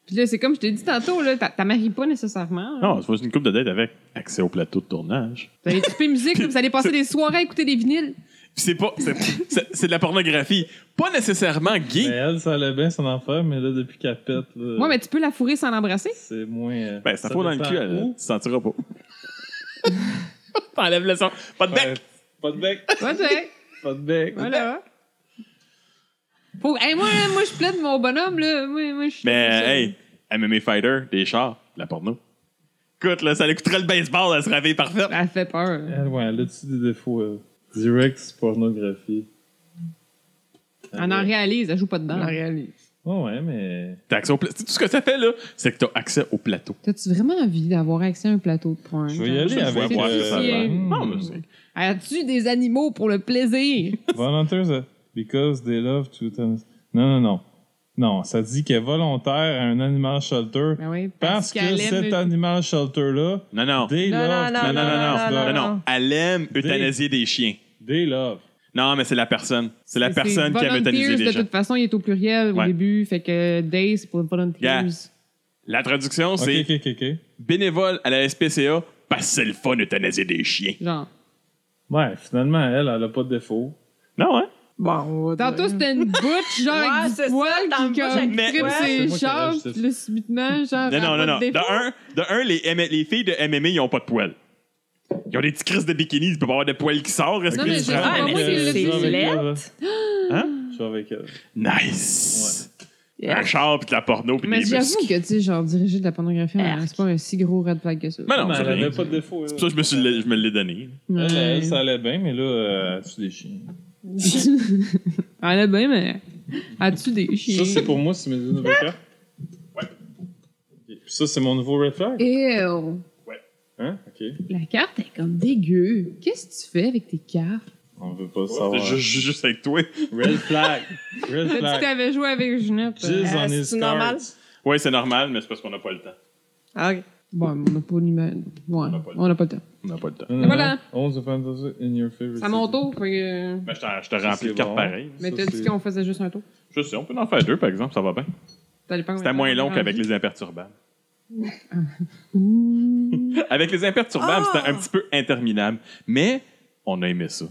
A: Puis là, c'est comme je t'ai dit tantôt, là, t'a- t'as maries pas nécessairement. hein.
B: Non, c'est pas une coupe de date avec accès au plateau de tournage.
A: Vous allez couper musique, là, vous allez passer des soirées à écouter des vinyles.
B: Puis c'est pas. C'est, c'est- c'est de la pornographie. Pas nécessairement
D: mais
B: gay.
D: ben elle, ça allait bien son affaire, mais là, depuis qu'elle pète, là,
A: Ouais, mais tu peux la fourrer sans l'embrasser.
D: c'est moins... euh,
B: Ben, ça faut dans le
D: dépend
B: cul, elle,
D: où.
B: tu sentiras pas. T'enlèves le son. Pas de bec!
D: Ouais, Euh, Pas de bec,
A: Ouais, ouais.
D: pas de bec.
A: Voilà. Faut... Hey, moi, là, moi je plaide mon bonhomme, là. Moi, moi, je suis-
B: Mais,
A: je-
B: hey, MMA Fighter, des chars, de la porno. Écoute, là, ça lui coûterait le baseball, elle se réveille parfaite.
A: Elle fait peur.
D: Elle, ouais, elle a-tu des défauts, elle? Direct c'est pornographie.
A: Elle
D: euh,
A: en réalise, elle joue pas dedans.
C: réalise.
D: Ouais, ouais, mais...
B: T'as accès au pla- Tout ce que ça fait, là, c'est que t'as accès au plateau.
A: T'as-tu vraiment envie d'avoir accès à un plateau de pointe?
D: Je vais y aller
B: Je vais
D: avec... euh,
B: voir
A: ça, là.
B: Non, mais c'est-
A: As-tu des animaux pour le plaisir?
D: Volunteers, uh, because they love to... Non, non, non. Non, ça dit qu'elle est volontaire à un animal shelter
A: Ben oui, euh,
D: parce que
A: qu'elle aime-
D: cet animal shelter-là,
B: Non, non.
D: they
E: Non,
D: love...
E: non,
D: to-
B: Non, non, non,
D: non,
B: non, non. Elle aime euthanasier des chiens.
D: They love.
B: Non, mais c'est la personne. C'est la
A: C'est
B: personne qui aime euthanasier
A: volunteers,
B: des
A: De
B: chiens.
A: toute façon, il est au pluriel
B: Ouais.
A: au début, fait que Days c'est pour volunteers.
B: Yeah. La traduction,
D: Ok,
B: c'est
D: ok, ok, ok.
B: bénévole à la SPCA parce que c'est le fun euthanasier des chiens.
A: Genre.
D: Ouais, finalement, elle, elle a pas de défaut.
B: Non, hein?
C: Bon,
A: Tantôt, c'était une bouche, genre,
E: Ouais,
A: avec
E: c'est
A: du
E: ça,
A: poil
E: dans
A: qui
E: la bouche
A: comme
E: avec
B: du
A: tripe
B: poil.
D: C'est moi
A: ses
D: qui ai
A: jambes,
D: rajouté ça.
A: puis là, subitement,
B: Non,
A: genre.
B: non,
A: elle
B: non, non.
A: a pas de
B: De
A: défaut.
B: un, de un les, M- les filles de MMA, ils ont pas de poils. Ils ont des petits crises de bikini, ils peuvent avoir des poils qui sortent. est-ce
A: Non,
B: que
A: mais
B: tu
A: je-
B: prends-
A: ah, mais
D: Avec,
A: c'est
D: euh,
A: le
D: je vais avec
E: filet.
D: elle, là.
B: Hein?
D: Je vais avec elle.
B: Nice!
E: Yeah.
B: Un char, puis de la porno, puis des
A: Mais j'avoue
B: muscles.
A: que, tu sais, genre, diriger de la pornographie,
E: Arc.
A: c'est pas un si gros red flag que ça.
B: Mais non,
D: Mais
B: c'est
D: elle
B: rien.
D: avait pas de défaut.
B: C'est pour ça que je me, suis, l'ai- je me l'ai donné.
A: Ouais.
D: Elle, elle, ça allait bien, mais là, euh, elle tue des chiens.
A: Elle est bien, Ah, ben, mais. As-tu des chiens?
D: Ça, c'est pour moi, c'est mes deux nouvelles cartes. Ouais. Puis ça, c'est mon nouveau red flag.
A: Ew.
D: Hein? Ok.
A: La carte est comme dégueu. Qu'est-ce que tu fais avec tes cartes?
D: On veut pas
B: C'est
D: savoir.
B: ju- ju- juste avec toi.
D: Red flag. Red
A: Tu
D: flag.
A: t'avais joué avec Ginette.
D: Jizz
E: Euh,
D: on
E: c'est-tu
D: his cards.
E: normal?
B: Ouais, c'est normal, mais c'est parce qu'on n'a pas le temps.
E: Ah, OK.
A: Bon, mais on n'a pas l'image. Ouais,
B: n'a pas le
A: on n'a pas le temps.
B: On n'a pas le temps.
D: Non, non,
A: Voilà.
D: non. Euh, Onze of Fantasy in your favorite.
A: À mon
D: city.
A: tour, fait que.
B: Mais je te, je te
D: Ça,
B: remplis de
D: c'est
B: cartes
D: bon.
B: pareilles.
A: Mais
D: Ça,
A: t'as dit
D: c'est-
A: qu'on faisait juste un tour.
B: Je sais, on peut en faire deux, par exemple, ça va bien.
A: Ça dépend
B: C'était
A: combien de
B: moins
A: temps
B: long
A: on
B: qu'avec
A: prend.
B: les imperturbables.
A: Ouh.
B: Avec les imperturbables,
E: Ah!
B: c'était un petit peu interminable. Mais on a aimé ça.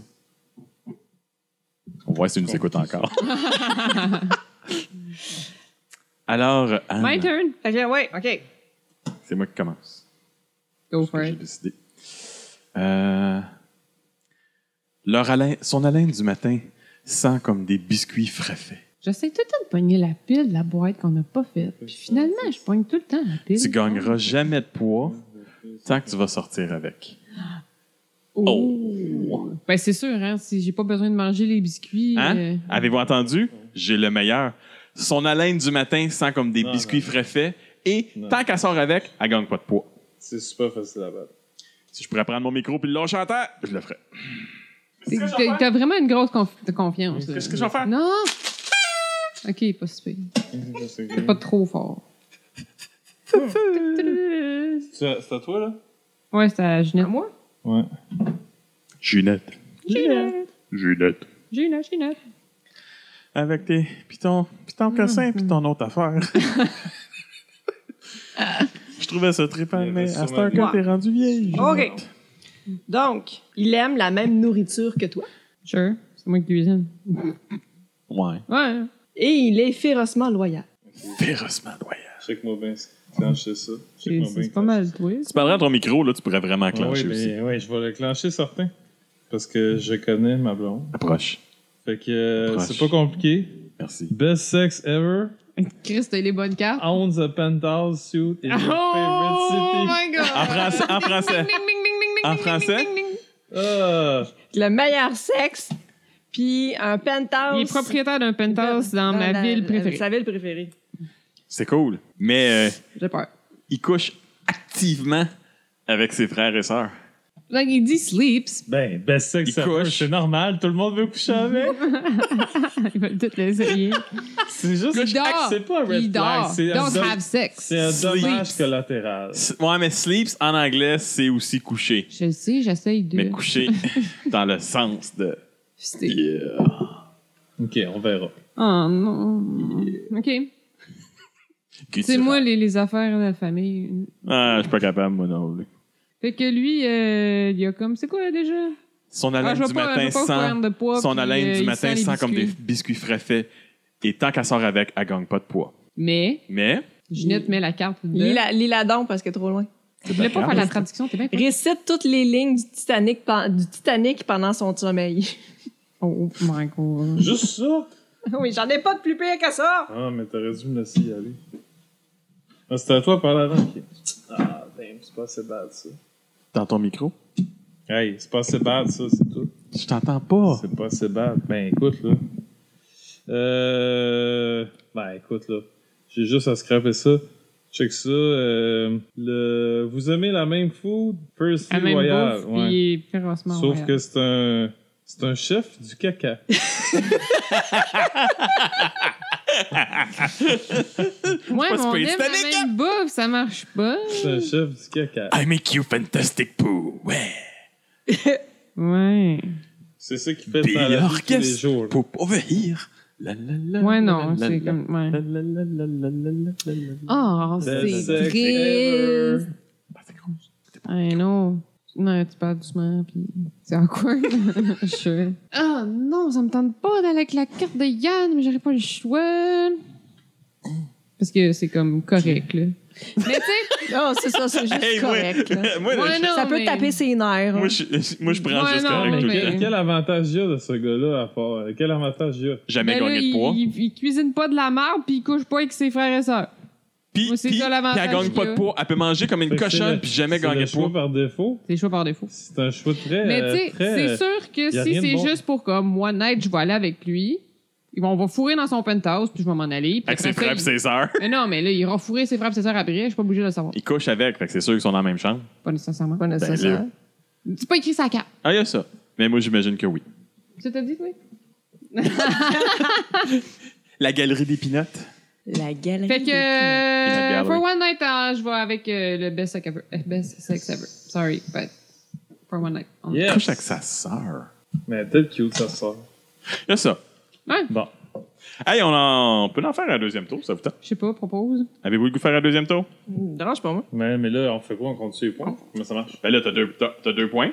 B: On voit si tu nous écoutes encore. Alors, Anne,
A: My turn.
E: Fait que, ouais, OK.
B: c'est moi qui commence.
A: Go
B: C'est ce
A: for
B: que J'ai
A: it.
B: décidé. Euh, leur haleine- son haleine du matin sent comme des biscuits frais faits.
A: J'essaie tout le temps de pogner la pile de la boîte qu'on n'a pas faite. Puis finalement, je pogne tout le temps la pile.
B: Tu gagneras jamais de poids tant que tu vas sortir avec.
A: Oh. Ben, c'est sûr, hein. Si j'ai pas besoin de manger les biscuits.
B: Hein?
A: euh,
B: Avez-vous entendu? J'ai le meilleur. Son haleine du matin sent comme des
D: Non,
B: biscuits
D: non.
B: frais faits et
D: Non.
B: tant qu'elle sort avec, elle gagne pas de poids.
D: C'est super facile à battre.
B: Si je pourrais prendre mon micro puis le lâcher en terre, je le ferais.
A: t'es-
B: Qu'est-ce que je vais
A: T'as t'as vraiment une grosse conf- de confiance.
B: Qu'est-ce
A: là.
B: que je vais faire?
A: Non! Ok, pas super.
D: C'est
A: Pas trop fort.
D: à c'est à toi, là?
A: Ouais, c'est à Ginette.
C: moi?
D: Ouais.
B: Ginette.
A: Ginette.
B: Ginette.
A: Ginette, Ginette.
B: avec tes. Puis ton, puis ton cossin, puis ton autre affaire. je trouvais ça trippant,
D: Il y avait
B: mais à cette
D: sûrement
B: heure
D: des-
B: que t'es rendu vieille.
C: OK. Donc, il aime la même nourriture que toi.
A: Sure, c'est moi qui cuisine.
B: Ouais.
A: Ouais.
C: Et il est férocement loyal.
B: Férocement loyal.
D: Check-moi bien clencher ça.
A: C'est
D: Check-moi bien
A: c'est pas mal, toi.
B: Tu parlerais à ton micro, là, tu pourrais vraiment
D: Ah oui,
B: clencher aussi.
D: ben, oui, je vais le clencher certain. Parce que je connais ma blonde.
B: Approche.
D: Fait que euh,
B: Proche.
D: c'est pas compliqué.
B: Merci.
D: Best sex ever.
A: Chris, t'as eu les bonnes cartes.
D: Owns a penthouse suit
A: Ah,
D: in your
A: Oh
D: favorite city.
A: my god!
B: En français. En français. En français?
D: Ah,
E: Le meilleur sexe, puis un penthouse.
A: Il est propriétaire d'un penthouse dans, ma
E: la-
A: ville préférée.
E: Sa ville préférée.
B: C'est cool. Mais euh,
E: J'ai peur.
B: il couche activement avec ses frères et sœurs.
A: Like, il dit sleeps.
D: ben, best sex
B: Il
D: ever,
B: couche.
D: c'est normal. Tout le monde veut coucher avec.
A: Ils veulent toutes l'essayer.
D: c'est juste...
A: Il dort.
D: ah, C'est pas un red
A: Il
D: flag.
A: dort.
D: C'est un,
A: Don't
D: dom-
A: have sex.
D: c'est un dommage
B: Sleeps.
D: collatéral.
B: S- Ouais, mais sleeps en anglais, c'est aussi coucher.
A: Je le sais, j'essaye de.
B: Mais coucher dans le sens de.
A: C'était-
D: OK, on verra.
A: Oh non. OK. C'est moi les, les affaires de la famille.
B: Ah, je suis pas capable, moi non. là.
A: Fait que lui, euh, il y a comme. C'est quoi déjà?
B: Son
A: Ah,
B: haleine
A: je vais
B: du
A: pas- je vais
B: matin
A: pas vous
B: sent.
A: prendre de poids,
B: Son
A: puis,
B: haleine
A: euh,
B: du
A: il
B: matin
A: sent les
B: sent comme des
A: biscuits.
B: biscuits frais faits. Et tant qu'elle sort avec, elle gagne pas de poids.
A: Mais,
B: Mais.
A: Ginette met la carte de.
E: Lis la, lis la donc parce que trop loin.
A: Je voulais pas
B: carte.
A: faire la traduction, t'es bien con.
E: Récite toutes les lignes du Titanic, pen- du Titanic pendant son sommeil.
A: Oh my god.
D: Juste ça?
E: oui, j'en ai pas de plus pire que ça.
D: Ah, mais t'aurais dû me laisser y aller. Ah, c'était à toi par l'avant. ok. Ah, damn, c'est pas assez bad, ça.
B: Dans ton micro?
D: Hey, c'est pas assez bad, ça, c'est tout.
B: Je t'entends pas.
D: C'est pas assez bad. Ben, écoute, là. Euh... Ben, écoute, là. J'ai juste à scraper ça. Check ça. euh, Le... Vous aimez la même food? Percy
A: La même
D: Royal.
A: bouffe,
D: ouais.
A: puis il est férocement
D: Sauf
A: royal.
D: que c'est un... C'est un chef du caca.
A: Ouais,
B: pas
A: mais on
B: Space
A: aime la
B: Titanic, hein?
A: même bouffe, ça marche pas.
D: C'est un chef du caca.
B: I make you fantastic poo. Ouais.
A: Ouais.
D: C'est ça qui fait ça la vie tous les jours. là.
B: pour overhear. La, la, la,
A: Ouais,
B: la,
A: non,
B: la,
A: c'est
B: la,
A: comme. Ouais.
B: la, la, la, la, la, la, la, la.
A: Oh,
D: Best
A: c'est
D: sex ever.
A: triste. I know. Non, tu parles doucement, puis c'est awkward. je Ah non, ça me tente pas d'aller avec la carte de Yann, mais j'aurais pas le choix. Parce que c'est comme correct, là. Mais tu
E: Non, c'est ça, c'est juste
B: Hey, moi-
E: correct. là.
B: moi,
A: Ouais,
B: je-
A: non,
E: ça peut
A: mais-
E: taper ses nerfs.
B: moi,
E: hein.
B: je, moi, je prends
A: Ouais,
B: juste
A: non,
B: correct
A: Ah, mais-
B: tout le
A: mais-
B: temps.
D: Quel avantage il y a de ce gars-là à part... euh, Quel avantage il y a?
B: Jamais
A: sais, ben là,
B: gagné de
A: il,
B: poids.
A: il, il cuisine pas de la merde, puis il couche pas avec ses frères et sœurs.
B: Puis,
A: Moi, c'est
B: puis,
A: ça
B: puis
A: l'avantage
B: elle gagne pas
A: qu'il y
B: de
A: a.
B: poids. Elle peut manger comme une
D: Fait que c'est
B: cochonne
D: le-
B: puis jamais
D: c'est le
B: gagner de
D: choix
B: poids.
D: par défaut.
A: C'est chaud par défaut.
D: C'est un choix très.
A: Mais
D: euh,
A: tu sais,
D: très, euh,
A: c'est sûr que
D: y a
A: si
D: rien de
A: c'est
D: bon.
A: juste pour comme moi, night, je vais aller avec lui. et bon, On va fourrer dans son penthouse, puis je vais m'en aller. puis
B: Avec ses
A: après ça,
B: frères et
A: il-
B: ses sœurs.
A: Mais non, mais là, il aura fourré ses frappes, ses sœurs après. Je suis pas obligée de le savoir.
B: Ils couchent avec, fait que c'est sûr qu'ils sont dans la même chambre.
A: Pas nécessairement.
E: Pas nécessaire.
B: Ben, là.
A: C'est pas écrit sa carte.
B: Ah, il y a ça. Mais moi, j'imagine que oui.
A: Tu t'as dit, oui?
B: La galerie des pinottes.
E: La galerie.
A: Fait que, euh,
B: gallery.
A: for one night, euh, je vais avec euh, le best sex ever. euh, Best sex ever. Sorry, but for one night. On-
D: yes.
B: Couche avec sa sœur.
D: Mais peut-être cute, ça sort.
B: Il y a ça.
A: Ouais.
B: Bon. Hey, on, en- on peut en faire un deuxième tour, ça vous tente?
A: Je sais pas, propose.
B: Avez-vous le goût de faire un deuxième tour?
E: Hmm, Me dérange pas, moi.
D: Mais, mais là, on fait quoi? On compte sur les points? Comment ça marche?
B: Ben là, t'as deux, t'as- t'as deux points.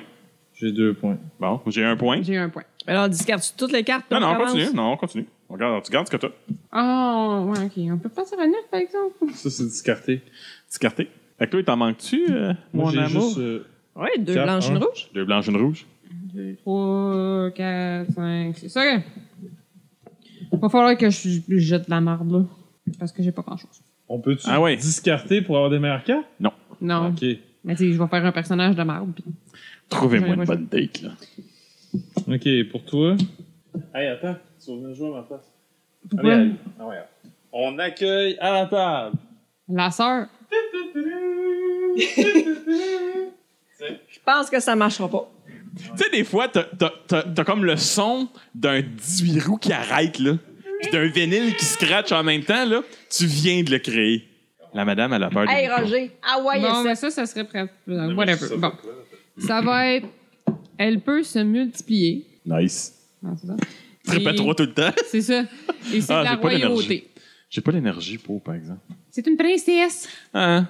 D: J'ai deux points.
B: Bon, j'ai un point.
A: J'ai un point.
E: Alors, discarte toutes les cartes.
B: Non,
E: puis
B: non, on
E: commence.
B: continue. Non, on continue. On garde, tu gardes ce que t'as.
A: Ah, ouais, ok. On peut passer à neuf, par exemple.
D: Ça, c'est discarté.
B: Discarté. Fait que toi, t'en manques-tu, euh,
D: Moi,
B: mon
D: j'ai
B: amour?
D: juste. euh,
E: Ouais, deux
D: Quatre,
E: blanches,
D: un.
E: une rouge.
B: Deux blanches, une rouge.
A: 3, 4, 5, 6. OK. Va falloir que je je jette la marde, là. Parce que j'ai pas grand-chose.
D: On peut-tu
B: Ah ouais.
D: discarter pour avoir des meilleurs cartes?
A: Non.
D: Ok.
A: Mais tu sais, je vais faire un personnage de marde. Pis...
B: Trouvez-moi
A: J'en ai
B: une
A: pas
B: bonne date, là.
D: Ok, pour toi. Hey, attends. Tu vas venir jouer à ma place.
A: Pourquoi?
D: Allez, allez. Ah ouais. On accueille à la table.
A: La sœur.
E: Je pense que ça marchera pas.
B: Tu sais, des fois, t'as- t'as t'as- t'as comme le son d'un 18 roues qui arrête, là. Puis d'un vinyle qui scratch en même temps, là. Tu viens de le créer. La madame, elle a peur de
E: Hey, Roger. Ah ouais,
A: bon,
E: yes.
A: mais ça, ça serait prêt. Euh,
D: mais
A: Whatever.
D: ça,
A: Bon. Ça va être. Elle peut se multiplier.
B: Nice.
A: Ah, c'est ça.
B: trippais
A: Et-
B: trop tout le temps.
A: C'est ça. Et c'est
B: Ah,
A: de la
B: j'ai pas d'énergie.
A: royauté.
B: J'ai pas l'énergie pour, par exemple.
A: C'est une princesse.
B: Ah,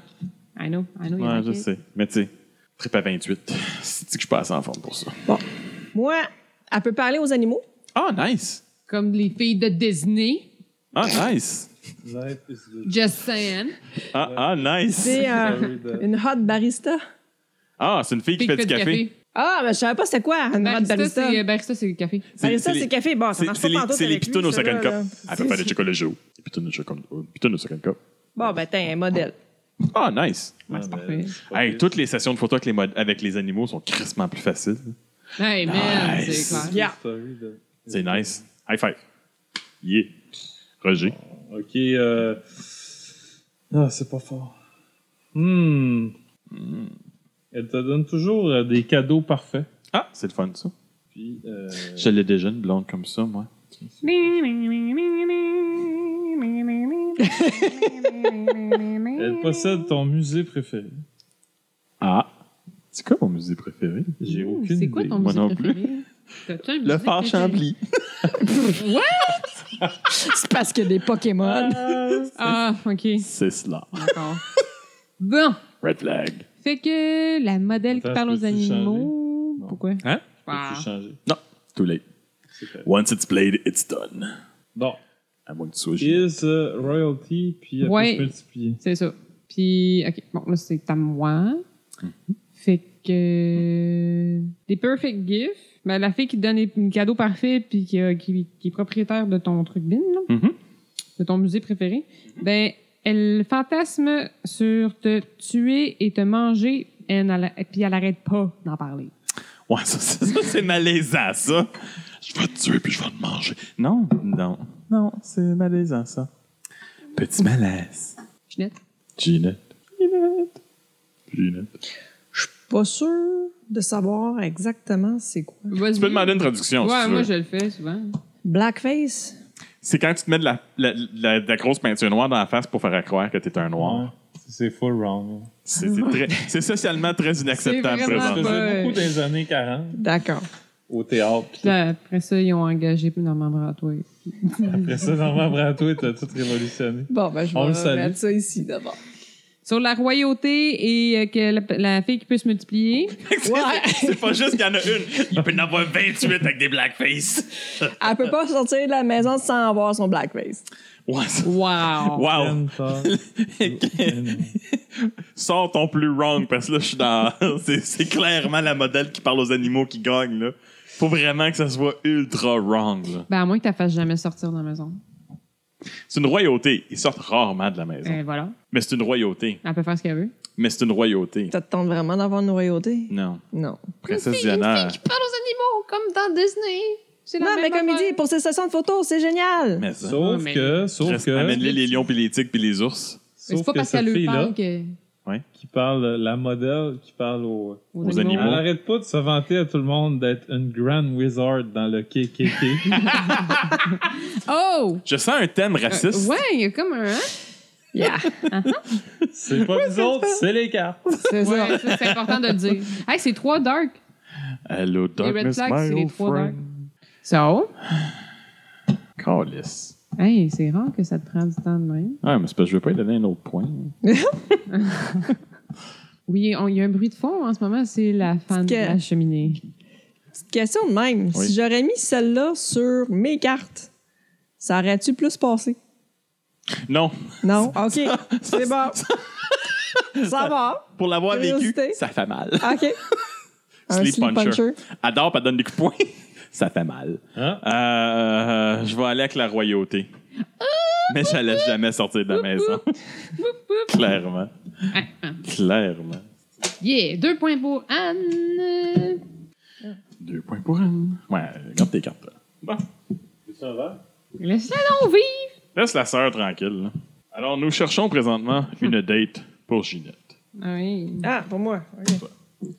A: I know, I know. il y en a
B: ouais, je
A: qui-
B: sais. Mais tu sais, trip à 28. C'est-tu que je suis pas assez en forme pour ça?
E: Moi, elle peut parler aux animaux.
B: Ah, nice!
A: Comme les filles de Disney.
B: Ah, nice!
D: Life is the
A: Just saying.
B: Ah, ah nice!
E: C'est euh,
D: story that-
E: une hot barista.
B: Ah, c'est une fille qui fait du café.
E: Ah, mais je savais pas c'était quoi, une hot
A: Barista,
E: barista. euh,
A: c'est euh, barista, c'est le café.
E: Barista,
B: les-
E: c'est café. Bon, Ah, ça
B: C'est
E: marche
B: c'est
E: pas
B: les,
E: pantoute
B: c'est les
E: avec lui,
B: pitounes au
E: celle-là,
B: second
E: là.
B: cup. Elle peut faire des chocolats chauds. Des pitounes au second, euh, pitounes au second cup.
E: Bon, ben, t'es un modèle.
B: Ah, nice!
D: Ah,
A: c'est
D: ben,
A: parfait.
D: c'est pas
B: Hey,
D: pire.
B: toutes les sessions de photos avec les, mod- avec les animaux sont crissement plus faciles.
A: Hey, man,
B: Nice.
A: c'est clair.
E: Yeah.
D: Story that-
B: C'est nice. High five. Yeah. Roger.
D: Ok. Euh... Ah, c'est pas fort. Hmm. Elle te donne toujours euh, des cadeaux parfaits.
B: Ah, c'est le fun, ça.
D: Puis, euh...
B: Je l'ai déjà une blonde comme ça, moi.
A: Hmm.
D: Elle possède ton musée préféré.
B: Ah. C'est quoi mon musée préféré?
D: J'ai
A: Ouh,
D: aucune
A: C'est quoi
D: idée.
A: ton
B: Moi
A: musée
B: non
A: préféré? T'as-tu un
B: Le
A: musée
B: phare
A: préféré?
B: Chambly.
E: C'est parce qu'il y a des Pokémon.
A: Ah, OK.
B: C'est cela.
A: D'accord. Bon,
B: Red flag.
A: fait que la modèle qui
D: Attends,
A: parle aux
D: peux-tu
A: animaux...
D: Non.
A: Pourquoi?
B: Hein?
A: Ah.
D: Peux-tu changer?
B: Too late.
D: C'est fait.
B: Once it's played, it's done.
D: Bon.
B: À moins que tu sois génial.
D: Is euh, royalty, puis elle
A: Ouais.
D: peut se multiplier.
A: C'est ça. Puis, OK, bon, là, c'est à moi. Fait que... Des perfect gifts. Ben, la fille qui te donne un cadeau parfait puis qui, a- qui- qui est propriétaire de ton truc bin, là,
B: Mhm.
A: de ton musée préféré, ben, elle fantasme sur te tuer et te manger and elle- et puis elle arrête pas d'en parler.
B: Ouais, ça, c'est- ça, c'est malaisant, ça. Je vais te tuer puis je vais te manger. Non, non. Non, c'est malaisant, ça. Petit malaise.
A: Ginette?
B: Ginette. Ginette. Ginette.
E: Pas sûr de savoir exactement c'est quoi.
A: Vas-y.
B: Tu peux demander une traduction, si
A: Ouais,
B: tu
A: moi,
B: veux.
A: je le fais souvent.
E: Blackface?
B: C'est quand tu te mets de la, la- la- de la grosse peinture noire dans la face pour faire croire que t'es un noir.
D: Ouais. C'est full wrong.
B: C'est c'est très- c'est socialement très inacceptable
A: C'est vraiment
D: Ça
B: présentement.
A: Ah,
D: faisait
A: ouais.
D: beaucoup dans les années 40
E: D'accord.
D: au théâtre. Puis
A: Puis là, après ça, ils ont engagé Normand Bratois.
D: après ça, Normand Bratois t'a tout révolutionné.
E: Bon, ben, je
D: On le
E: vais
D: salue.
E: mettre ça ici d'abord.
A: Sur la royauté et euh, que la, la fille qui peut se multiplier.
B: C'est pas juste qu'il y en a une. Il peut y en avoir 28 avec des blackface.
E: Elle peut pas sortir de la maison sans avoir son blackface.
B: Ouais, ça-
A: Oh, Wow!
B: Wow.
D: Ken Todd.
B: Sors ton plus wrong parce que là, je suis dans. c'est- C'est clairement la modèle qui parle aux animaux qui gagne, là. Faut vraiment que ça soit ultra wrong, là.
A: Ben, à moins que tu fasses jamais sortir de la maison.
B: C'est une royauté. Ils sortent rarement de la maison.
A: Euh, voilà.
B: Mais c'est une royauté.
A: Elle peut faire ce qu'elle veut.
B: Mais c'est une royauté.
E: Ça te tente vraiment d'avoir une royauté?
B: Non.
E: Non.
B: Princesse Diana. euh,
A: parle aux animaux, comme dans Disney. C'est
E: Non, mais comme il dit, pour ses sessions de photos, c'est génial!
B: Mais ça.
A: Ouais,
D: Sauf
A: mais-
D: que, sauf
B: Reste-
D: que,
B: Amène-les les lions, puis les tigres, puis les ours.
A: C'est
D: sauf
A: pas
D: que
A: parce
D: cette
A: qu'elle lui
D: fille-là,
A: parle que...
D: qui parle, la modèle qui parle au...
A: aux,
B: Aux
D: Elle
B: animaux. Ouais.
D: arrête pas de se vanter à tout le monde d'être une grand wizard dans le KKK.
A: Oh!
B: Je sens un thème raciste.
A: Euh, ouais, il y a comme un. hein?
E: Yeah!
D: c'est pas nous autres, c'est les cartes.
E: C'est ça.
A: Ouais, ça, c'est important de le dire. Hey, c'est trois dark.
B: Hello,
A: les red
B: darkness,
A: flags,
B: my
A: c'est les
B: old
A: trois dark.
B: friend.
A: So?
B: Calisse.
A: Hey, c'est rare que ça te prend du temps de même.
B: Ah, mais c'est parce que je veux pas lui donner un autre point.
A: Oui, on- il y a un bruit de fond en ce moment, c'est la fan de
E: Que-
A: la cheminée.
E: Petite question de même.
B: Oui.
E: Si j'aurais mis celle-là sur mes cartes, ça aurait-tu plus passé?
B: Non.
E: Non? OK. C'est bon. Ça va.
B: Pour l'avoir vécu,
E: Curiosité.
B: ça fait mal.
E: OK. Un
B: Sleep
E: sleep
B: puncher.
E: puncher.
B: Adore, elle donne des coups de poing. ça fait mal.
D: Hein?
B: Euh, je vais aller avec la royauté. Mais je la laisse jamais sortir de la maison. Clairement.
A: Ah, ah.
B: Clairement.
A: Yeah! Deux points pour Anne.
B: Deux points pour Anne. Ouais, garde tes cartes. Bon.
A: Laisse-la donc vivre.
B: Laisse la sœur tranquille. là. Alors, nous cherchons présentement une date pour Ginette.
A: Ah Oui.
E: Ah, pour moi. OK.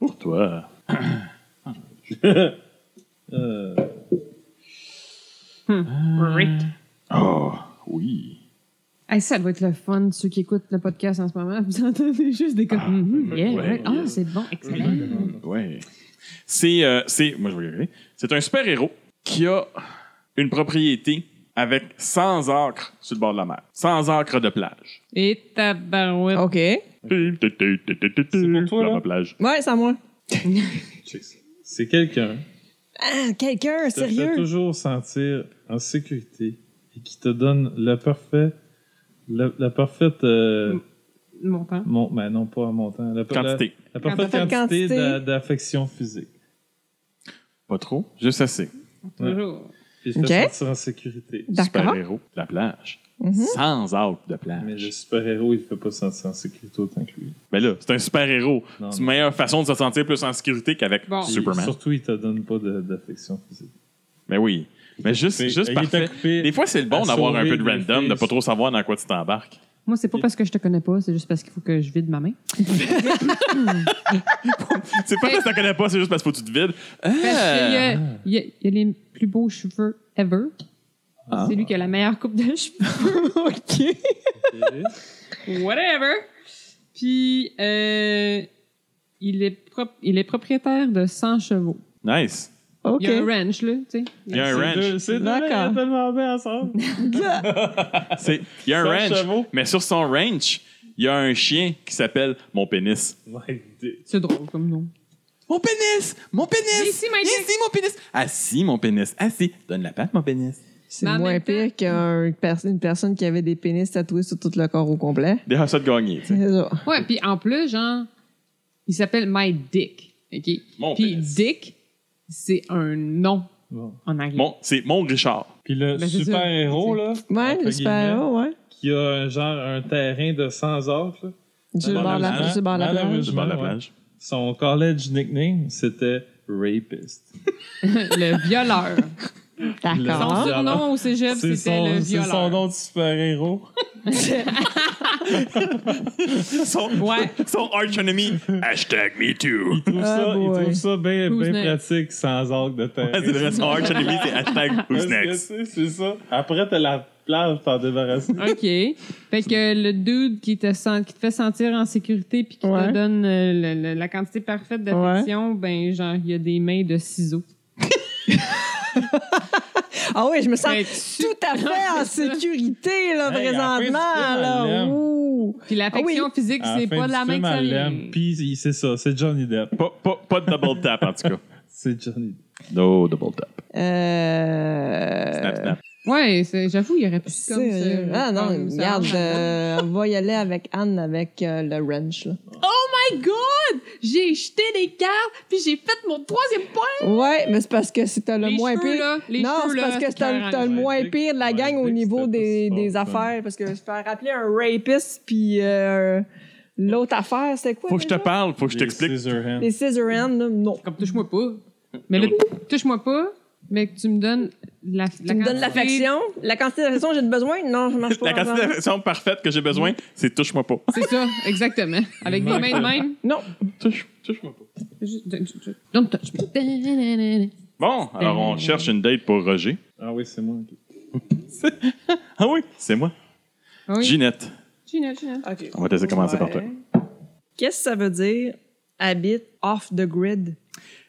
B: Pour toi.
D: Euh,
A: Right.
B: Oh, oui.
A: Hey, ça doit être le fun, ceux qui écoutent le podcast en ce moment. Vous entendez juste des comme. Mhm, yeah,
B: ouais,
A: right. Ah,
B: yeah. Mm-hmm.
A: c'est bon, excellent.
B: Ouais. C'est, euh, c'est, moi je vais regarder. C'est un super héros qui a une propriété avec 100 acres sur le bord de la mer. 100 acres de plage.
A: Et tabarouette.
E: OK. Ouais,
B: C'est
D: pour toi, là?
B: plage.
E: c'est à moi.
D: Check ça. C'est quelqu'un
E: Ah, quelqu'un,
D: te fait
E: sérieux.
D: toujours sentir en sécurité et qui te donne le parfait. La, la parfaite. euh,
E: Oh.
A: Montant.
D: mon, ben non, pas un montant. La,
B: Quantité.
D: La, la parfaite
E: Mm. Parfaite
D: quantité,
E: quantité.
D: d'a- d'affection physique.
B: Pas trop, juste assez.
D: Ouais.
A: Toujours.
D: Puis je te
E: Ok.
D: fait sentir en sécurité.
E: D'accord.
B: Super-héros, la plage.
E: Mhm.
B: 100 acres de plage.
D: Mais le super-héros, il ne fait pas sentir en sécurité autant que lui.
B: Mais là, c'est un super-héros.
D: Non,
B: C'est
D: non.
B: une meilleure façon de se sentir plus en sécurité qu'avec
A: Bon.
D: Et
B: Superman.
D: Surtout, il te donne pas de- d'affection physique.
B: Mais oui. Mais juste,
D: Mais,
B: juste
D: il t'a
B: parfait.
D: coupé-
B: Des fois, c'est le bon
D: à
B: d'avoir un
D: sauver
B: peu de
D: des
B: random, de
D: filles.
B: pas trop savoir dans quoi tu t'embarques.
A: Moi, c'est pas parce que je te connais pas, c'est juste parce qu'il faut que je vide ma main.
B: c'est pas parce que tu connais pas, c'est juste parce qu'il faut que tu te vides.
A: Parce qu'il y
B: Ah!
A: a, il y a- il y a les plus beaux cheveux ever.
B: Ah.
A: C'est lui qui a la meilleure coupe de cheveux.
E: OK.
A: Whatever. Puis, euh, il, est prop- il est propriétaire de 100 chevaux.
B: Nice.
E: OK.
A: Il y a un ranch, là, tu sais.
B: Il y a un
D: C'est
B: ranch.
D: deux- C'est deux
E: D'accord.
D: là, ils ont tellement bien ensemble.
B: C'est- Il y a un
D: Sans
B: ranch.
D: chevaux.
B: Mais sur son ranch, il y a un chien qui s'appelle Mon pénis.
D: My dick.
A: C'est drôle comme nom.
B: Mon pénis! Mon pénis!
A: Ici, my dick.
B: Ici, mon pénis! Assis, mon pénis! Assis! Donne la patte, mon pénis!
E: C'est
A: Mais en
E: moins
A: même temps-
E: pire qu'une personne qui avait des pénis tatoués sur tout le corps au complet.
B: Déjà ça de gagner, tu sais.
E: C'est ça.
A: Ouais, puis en plus, genre, il s'appelle My Dick. OK?
B: Mon
A: Puis
B: pénis.
A: Dick, c'est un nom
D: Bon.
A: en anglais.
B: Mon- c'est mon Richard.
D: Puis le
A: Ben, c'est
D: super-héros,
A: ça.
D: là,
E: Ouais,
D: entre
E: le
D: guillemets,
E: super-héros, ouais.
D: qui a un genre un terrain de 100 acres, là,
E: Sur le
B: Dans
E: bord de
B: la
E: la-
D: plage.
E: sur le bord de la
D: Dans la
E: plage.
D: rue.
B: Je parle de la
D: Ouais.
B: plage.
D: son college nickname, c'était Rapist.
A: le violeur. Son
E: D'accord.
D: Le-
A: surnom au cégep,
D: C'est
A: c'était le
D: son, c'est
A: violeur. Ah,
D: son nom de super-héros.
B: Son,
A: Ouais.
B: son arch enemy, hashtag me too.
D: Il trouve,
E: Ah,
D: ça, il
E: boy.
D: trouve ça bien
A: Who's
D: bien
A: next?
D: pratique sans arc de terrain.
B: Ouais, c'est vrai, son arch enemy, c'est hashtag
D: Parce
B: who's
D: que,
B: next.
D: tu sais, C'est ça. Après, t'as la plage pour t'en débarrasser.
A: OK. Fait que le dude qui te, sent, qui te fait sentir en sécurité puis qui te
E: Ouais.
A: donne euh, le- le- la quantité parfaite d'affection, ben genre, il y a des mains de ciseaux.
E: Ah oui, je me sens
A: Fait que-
E: tout à fait en sécurité,
D: Hey, en
E: là,
D: plus,
E: présentement,
D: tu fais
E: là.
D: mal,
E: Ouh.
A: Puis l'affection
E: Ah
A: physique,
D: À
A: c'est
D: fin
A: pas
D: du
A: de la main
D: film,
A: que ça
D: elle
A: vient.
D: l'aime. Puis il- c'est ça, c'est Johnny Depp.
B: Pas, pas, pas de double tap, en tout cas.
D: C'est Johnny Depp.
B: No double tap.
E: Euh...
B: Snap, snap.
A: Ouais, c'est- j'avoue, il aurait pu comme ça.
E: Sérieux. Ah non,
A: comme ça,
E: regarde,
A: en-
E: euh, on va y aller avec Anne avec euh, le wrench. Là.
A: Oh my god! J'ai jeté des cartes, puis j'ai fait mon troisième point!
E: Ouais, mais c'est parce que c'était le
A: les
E: moins
A: cheveux,
E: pire.
A: là, les
E: non,
A: cheveux,
E: c'est
A: là,
E: parce que c'était le- t'as le
D: Ouais,
E: moins
D: Dick,
E: pire de la
D: ouais,
E: gang au
D: Dick,
E: niveau
D: c'était pas
E: des,
D: si
E: des
D: fort, ça.
E: affaires. Parce que je fais rappeler un rapist, puis euh, l'autre affaire, c'est quoi?
B: Faut que je te
E: déjà?
B: parle, faut que je t'explique.
D: Scissorhands.
E: Les scissorhands, là, non.
A: Comme touche-moi pas. Mais là, touche-moi pas, mais que tu me donnes la, la
E: Tu me donnes
A: quantité-
E: l'affection. La quantité d'affection, j'ai besoin? Non, je marche pas.
B: La
E: ensemble.
B: quantité d'affection parfaite que j'ai besoin, c'est touche-moi pas.
A: C'est ça, exactement. Avec des mains de même.
E: Non.
B: Touche- Touche-moi pas.
A: Juste- Don't touch me.
B: Bon, alors on
A: Ben
B: cherche une date pour Roger.
D: Ah oui, c'est moi. ok.
B: Ah oui, c'est moi.
A: Ah Oui.
B: Ginette.
A: Gina, Gina.
E: OK.
B: On va te laisser commencer par toi.
E: Ouais. Qu'est-ce que ça veut dire habite off the grid?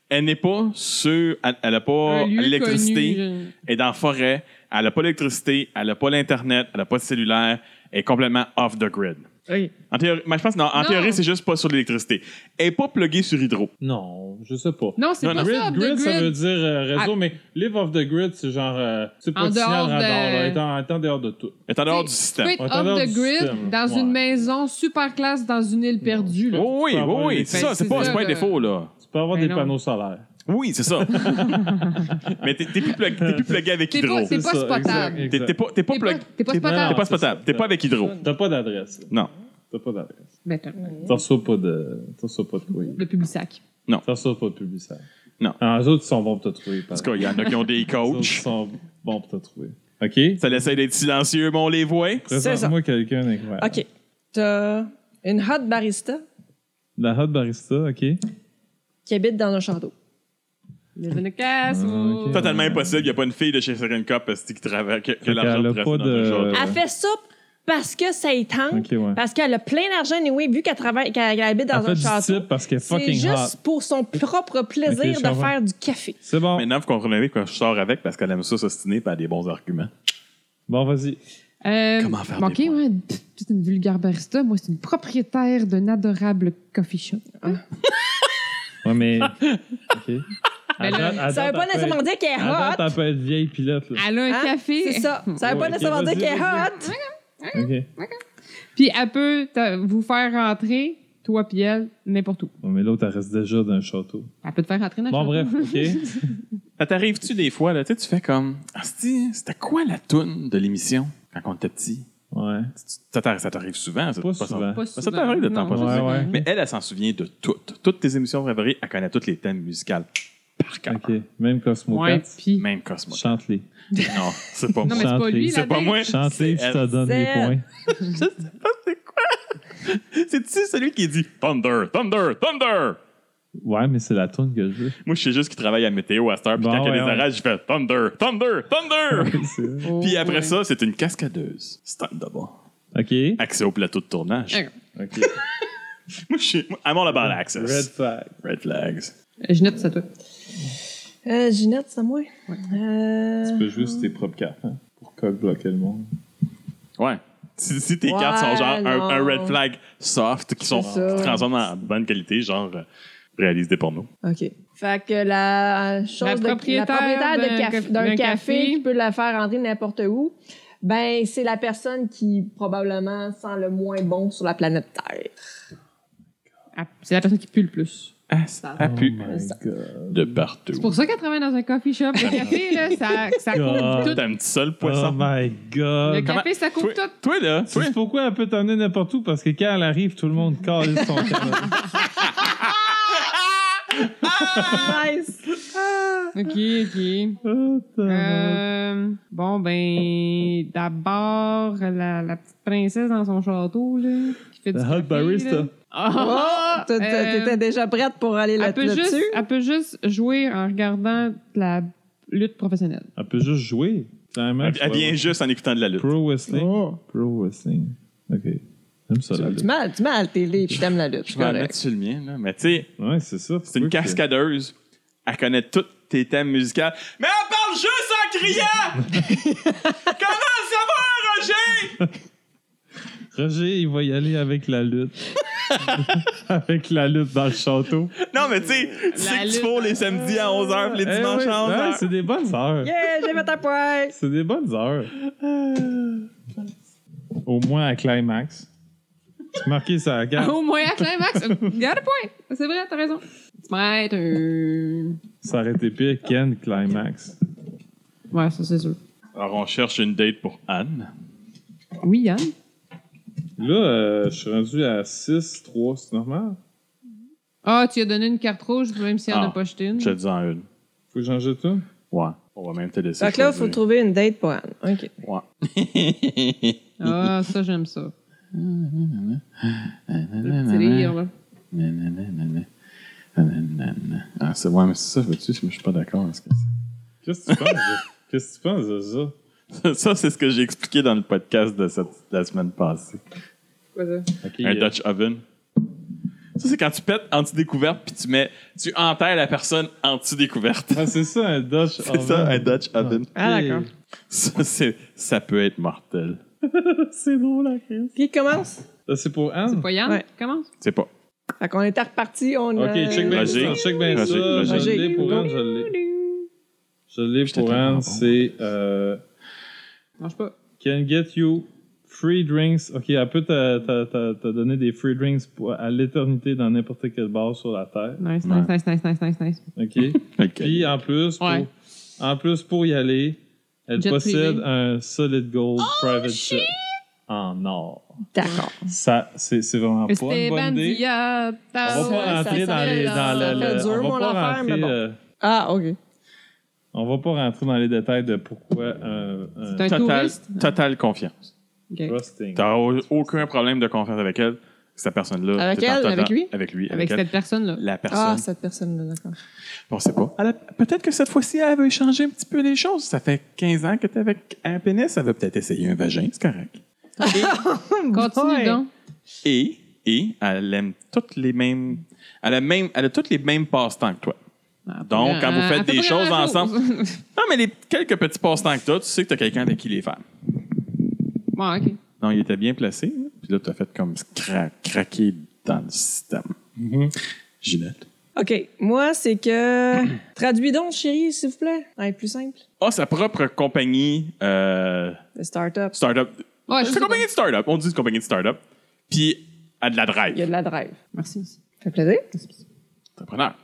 B: Elle n'est pas sur. Elle elle a
D: Oh,
B: pas
A: Un lieu
B: l'électricité.
A: connu, genre.
B: Elle est dans la forêt. Elle n'a pas l'électricité. Elle n'a pas l'Internet. Elle n'a pas de cellulaire. Elle est complètement off the grid.
E: Oui.
B: En théorie, mais je pense, non, en
A: Non.
B: théorie, c'est juste pas sur l'électricité. Elle n'est pas pluguée sur Hydro.
D: Non, je sais pas.
A: Non, c'est
B: Non,
A: pas
B: non.
D: Grid,
A: ça, off the
D: grid, ça
A: grid. Ah.
D: veut dire euh, réseau, mais live off the grid, c'est genre. euh, c'est pas
A: En
D: de signal
A: dehors
D: radar,
A: de-
D: là. Être en, être en dehors de tout.
B: Elle est en dehors du
A: Tu
B: système.
A: peux être
D: On est en
A: off
D: dehors
A: the
D: du
A: grid
D: système,
A: dans
D: ouais.
A: une maison super classe dans une île perdue. Là.
B: Oh oui,
D: Tu peux
B: oh
D: avoir
B: oui,
D: une
B: c'est
A: électricité.
B: ça, c'est pas, c'est pas un
A: Ben, c'est ça,
B: défaut, là.
D: Tu peux avoir
A: Mais
D: des
A: Ben non.
D: panneaux solaires.
B: Oui, c'est ça. Mais t'es t'es plus, plug- t'es plus plugué avec
A: T'es
B: Hydro.
A: pas-
B: T'es
A: C'est pas spotable.
D: exact, exact.
B: t'es pas, t'es pas,
A: T'es pas,
B: plug-
A: t'es pas
D: t'es-
A: spotable.
B: t'es pas
D: c'est ça.
B: spotable. T'es pas avec Hydro.
D: T'as pas d'adresse. là.
B: Non.
D: T'as pas d'adresse.
A: Ben, t'as-
D: T'en reçois pas de. T'en reçois pas de courrier.
A: le public sac.
D: T'en reçois pas de publicitaire.
B: Non.
D: Ah, les autres, ils sont bons pour te trouver.
B: En
D: par
B: tout cas, il y en a qui ont des
D: Les autres, ils
B: coachs.
D: sont bons pour te trouver. OK?
B: Ça laisse d'être silencieux, mais on les voit.
E: C'est ça.
D: Présente-moi quelqu'un d'incroyable.
E: OK. T'as une hot barista
D: La hot barista, OK?
E: qui habite dans un château.
A: Les une casse.
D: Ah,
A: ou-
D: ok.
B: Totalement impossible. Il n'y a pas une fille de chez Second Cup esti, qui travaille, que, que
D: Fait qu'elle
B: l'argent
D: a
B: reste
D: pas
B: dans
D: de-
B: un jardin.
E: Elle fait ça
F: parce que ça y tente.
D: Euh. Ok, ouais.
F: Parce qu'elle a plein d'argent, anyway, vu qu'elle travaille, qu'elle habite dans
D: Elle fait
F: un
D: du
F: château.
D: type parce qu'elle est
F: C'est
D: fucking
F: juste
D: hot.
F: pour son propre plaisir
D: Ok, je
F: de
D: comprends.
F: faire du café.
D: C'est bon.
B: Maintenant, vous comprenez que je sors avec parce qu'elle aime ça s'ostiner et a des bons arguments.
D: Bon, vas-y.
A: Euh,
B: Comment faire
A: bon,
B: des
A: OK,
B: points?
A: ouais, pff, c'est une vulgaire barista. Moi, c'est une propriétaire d'un adorable coffee shop.
D: Ouais, mais. OK.
A: Mais là,
F: Ça
D: Attends,
F: veut
D: attends,
F: pas
D: elle peut
F: nécessairement dire qu'elle est
D: être-
F: hot.
D: Attends, elle peut être vieille pilote, là.
A: Elle a un
E: Ah,
F: hein?
A: café.
F: C'est ça. Ça veut
D: Ouais,
F: pas
D: ok,
F: nécessairement dire
D: vas-y,
F: qu'elle est
D: vas-y.
F: hot. Ah.
D: OK.
A: Puis elle peut te- vous faire rentrer, toi puis elle, n'importe où.
D: Bon, mais l'autre, elle reste déjà dans le château.
A: Elle peut te faire rentrer dans le
D: Bon,
A: château.
D: bref, OK.
B: Ça t'arrive-tu des fois, là, tu sais, tu fais comme. Asti, c'était quoi la toune de l'émission quand on était petit?
D: Ouais.
B: Ça t'arrive, ça t'arrive souvent, ça,
D: Pas
B: ça-
D: souvent.
A: Pas
B: Ça
A: souvent.
B: t'arrive de temps
A: Non,
B: passer.
A: pas
D: Ouais,
A: souvent.
D: ouais.
B: Mais elle, elle s'en souvient de toutes. Toutes tes émissions préférées, elle connaît tous les thèmes musicaux par cœur.
D: OK. Même Cosmo
A: Ouais, puis...
B: Même Cosmo.
D: Chante-les.
B: Non, c'est pas
A: Non,
B: moi.
A: mais c'est pas
D: Chanter.
A: lui, la
B: C'est pas
A: date.
B: moi.
D: Chante-les, puis je te donne des
F: C'est-
D: points.
B: Je sais pas c'est quoi. C'est-tu celui qui dit Thunder, Thunder, Thunder?
D: Ouais, mais c'est la tourne que je veux.
B: Moi, je sais juste qu'il travaille à météo à cette heure. Puis
D: Bon,
B: quand il y a des
D: ouais, ouais.
B: orages, je fais Thunder, Thunder, Thunder.
D: C'est vrai.
A: Oh,
B: Puis après
A: ouais.
B: ça, c'est une cascadeuse. Stand-up.
D: OK.
B: Accès au plateau de tournage.
A: Ok.
D: OK.
B: Moi, je suis I'm all about access.
D: Red flag.
B: Red flags.
A: Euh, Je note ça, toi.
C: Euh, Ginette, c'est moi. Euh,
D: Tu peux jouer sur tes propres cartes, hein, pour cock-bloquer le monde.
B: Ouais. Si, si tes
C: Ouais,
B: cartes sont genre un,
C: non.
B: un red flag soft qui sont qui
C: ça.
B: se transforment en bonne qualité, genre euh, réalise des pornos.
C: OK. Fait que la chose
A: La
C: de-
A: propriétaire
C: propriétaire de
A: d'un
C: caf-
A: caf-
C: d'un
A: d'un
C: café,
A: café.
C: qui peut la faire rentrer n'importe où, ben c'est la personne qui probablement sent le moins bon sur la planète Terre.
A: Ah, C'est la personne qui pue le plus.
B: Ah,
A: ça
B: a pu
D: Oh god.
B: de partout.
A: C'est pour ça qu'elle travaille dans un coffee shop. Le café, là, ça, ça
D: God.
A: coupe tout.
B: T'as un petit seul
D: Oh
B: poisson.
D: my
A: Le
D: god.
B: Comment-
A: café, ça coupe
B: toi,
A: tout.
B: toi, là,
D: Tu
B: toi,
D: sais pourquoi elle peut t'emmener n'importe où? Parce que quand elle arrive, tout le monde calme son canapé.
A: Ah,
C: nice!
A: OK, OK.
D: Oh,
B: Mm-hmm.
D: tabarnak.
A: Euh, bon, ben, d'abord, la, la petite princesse dans son château, là, qui fait du
D: La
A: café,
D: hot barista.
A: là. Ah!
C: Oh! T'as- t'as-
A: Euh,
C: T'étais déjà prête pour aller là-
A: elle, peut juste,
C: là-dessus?
A: elle peut juste jouer en regardant de la lutte professionnelle.
D: Elle peut juste jouer. Clairement.
B: elle,
D: tu
B: elle
D: vois.
B: vient juste en écoutant de la lutte.
D: Pro wrestling.
C: Oh.
D: Pro wrestling. OK. J'aime ça, la
C: Tu
D: lutte.
C: mets, tu mets à la télé puis t'aimes la lutte.
B: Je
C: c'est
B: vais en
C: correct.
B: mettre sur le mien, là. Mais tu sais,
D: Ouais, c'est ça.
B: c'est une cascadeuse. Elle connaît tous tes thèmes musicaux. Mais elle parle juste en criant! Comment ça va, Roger?
D: Roger, il va y aller avec la lutte. avec la lutte dans le château.
B: Non, mais tu sais, tu sais
A: La
B: que tu
A: lutte.
B: cours les samedis à 11h les
D: Eh
B: dimanches
D: ouais, ouais,
B: à 11h.
D: c'est des bonnes heures.
C: Yeah, j'ai fait un point!
D: C'est des bonnes heures. Au moins à climax. C'est marqué ça
B: Ah.
D: carte.
A: Au moins, à climax, garde le point. C'est vrai, t'as raison. euh, Tu m'arrêtes un...
D: Ça aurait été pire Ken climax.
A: Ouais, ça, c'est sûr.
B: Alors, on cherche une date pour Anne.
A: Oui, Yann?
D: Là, euh, je suis rendu à 6, 3, c'est normal.
A: Ah, tu as donné une carte rouge, même si elle
B: Ah,
A: n'a pas jeté une.
B: Je te dis en une.
D: Faut que j'en jette une?
B: Ouais. On va même te laisser.
C: Fait que là, il
B: choisir.
C: faut trouver une date pour Anne. OK.
A: Ah, ça, j'aime ça. Le petit rire, là.
B: Nananana. Nananana. Ah, c'est ouais, mais c'est ça, vois-tu, je je suis pas d'accord. avec ce que c'est.
D: Qu'est-ce que tu penses? de- Qu'est-ce que tu penses de ça?
B: Ça, c'est ce que j'ai expliqué dans le podcast de cette- la semaine passée.
A: Quoi, ça?
D: Ok,
B: Un
D: euh,
B: Dutch oven. Ça, c'est quand tu pètes anti-découverte puis tu mets. Tu enterres la personne anti-découverte.
D: Ah, c'est ça, un Dutch.
B: C'est ça, un Dutch oven.
A: Ah, d'accord.
B: Ça, c'est- ça peut être mortel.
D: c'est drôle, la crise.
C: Qui commence?
D: Ça, c'est pour Anne?
A: C'est pas Yann?
C: Ouais.
A: Commence.
B: C'est pas.
C: Fait qu'on était reparti. On
D: Ok,
C: a-
D: check bien
B: Roger.
D: ça. Check bien ça.
B: Roger,
D: Je
C: Roger.
D: l'ai pour Anne, je l'ai. Je l'ai
B: J'étais
D: pour
B: tellement bon.
D: Anne, c'est. euh,
A: Mange pas.
D: Can get you free drinks. Ok, elle peut te, te- te- te donner des free drinks pour- à l'éternité dans n'importe quel bar sur la terre.
A: Nice,
B: Ouais.
A: nice, nice, nice, nice, nice, nice.
D: Ok.
B: Ok.
D: Puis en plus, pour,
A: Ouais.
D: en plus pour y aller, elle
A: Jet
D: possède
A: privé.
D: un solid gold
C: Oh,
D: private jet en or.
C: D'accord.
D: Ça, c'est c'est vraiment pas une bonne
A: Esteban
D: idée.
A: Diaz.
C: Ah
D: On va pas
C: ouais,
D: rentrer
C: ça- ça
D: dans les
C: fait-
D: dans
C: ça
D: le-
C: fait
D: le-
C: dur,
D: on
C: mon
D: va pas
C: affaire, mais
D: rentrer
C: bon.
D: euh,
C: Ah, OK.
D: on va pas rentrer dans les détails de pourquoi un, un
A: C'est un
B: Total,
A: touriste.
B: totale confiance.
A: Ok.
D: trusting.
B: T'as au- aucun problème de confiance avec elle. Cette personne-là.
C: Avec
B: t'es en
C: elle,
B: total-
C: avec lui?
B: Avec lui,
A: Avec
B: avec, elle.
A: cette personne-là.
B: La personne.
C: Ah, cette personne-là, d'accord.
B: On sait pas. Elle a- Peut-être que cette fois-ci, elle veut changer un petit peu les choses. Ça fait 15 ans que t'es avec un pénis. Elle veut peut-être essayer un vagin, c'est correct.
A: Continue
E: Boy.
A: donc.
B: Et, et elle aime toutes les mêmes. Elle a, même, elle a toutes les mêmes passe-temps que toi. Donc, quand vous
A: Euh,
B: faites
A: elle fait
B: des
A: pas
B: choses
A: grand-chose.
B: ensemble. Non, mais les quelques petits passe-temps que toi, tu sais que t'as quelqu'un avec qui les faire.
A: bon, OK.
B: Non, il était bien placé. hein. Puis là, t'as fait comme cra- craquer dans le système. Ginette.
F: OK. Moi, c'est que. Traduis donc, chérie, s'il vous plaît. Ouais, plus simple.
B: A Ah, sa propre compagnie euh,
F: Le start-up.
B: start-up.
A: Ouais, Ah, je
B: C'est
A: sais
B: une compagnie de start-up. On dit une compagnie de start-up. Puis, a de la drive.
F: Il y a de la drive.
A: pas. Merci.
F: Fait plaisir.
B: Entrepreneur.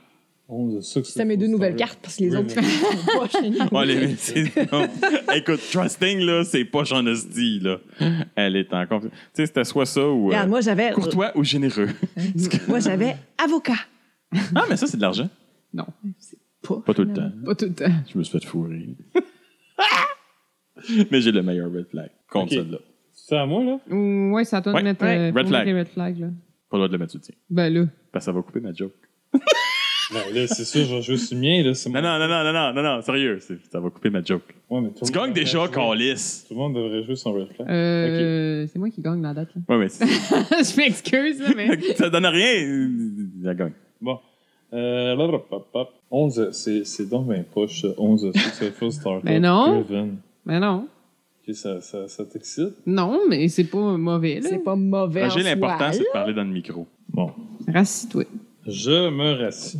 D: On a ça que
F: C'était mes deux nouvelles cartes parce que les
D: Oui,
F: autres,
D: mais-
F: ils sont pas chez nous.
B: Ouais, Oh, les- c'est- non. Écoute, trusting, là, c'est pas j'en hostie, là. Elle est en conf- Tu sais, c'était soit ça ou. euh,
F: Regarde, moi, j'avais.
B: courtois ou généreux.
F: Moi, j'avais avocat.
B: Ah, mais ça, c'est de l'argent.
A: Non, c'est
B: Pas tout le temps.
A: pas tout le temps.
B: Je me suis fait fourrer. mais j'ai le meilleur red flag contre
D: Ok.
B: celle-là.
D: C'est à moi, là?
A: Ouh, Ouais, c'est à toi de
B: Ouais,
A: mettre
B: ouais.
A: euh,
B: Red
A: faut
B: flag.
A: mettre les red flags, là.
B: Pas le droit de le mettre sur le tien.
A: Ben là.
B: Parce que ça va couper ma joke.
D: Ben là, c'est sûr, je vais jouer sur le mien, là. C'est
B: Non, non, non, non, non, non, non, non, sérieux. c'est- Ça va couper ma joke.
D: Ouais, mais tout
B: Tu
D: le monde
B: gagnes déjà,
D: devrait jouer-
B: Calis.
D: Tout le monde devrait jouer son red flag.
A: Euh, C'est moi qui gagne la date, là.
B: Ouais, mais c'est-
A: je m'excuse, là, mais.
B: ça donne rien. Ça gagne.
D: Bon. Euh, là, pop, pop, pop. 11, c'est, c'est donc bien poche, ça. 11 Successful Startup
A: Mais non.
D: Driven.
A: Ben non.
D: Ok, ça, ça, ça t'excite?
A: Non, mais c'est pas mauvais, là.
F: C'est pas mauvais. en
B: Roger,
F: soi.
B: Ah, l'important, c'est de parler dans le micro.
D: Bon.
A: Rassis-toi.
D: Je me rassis.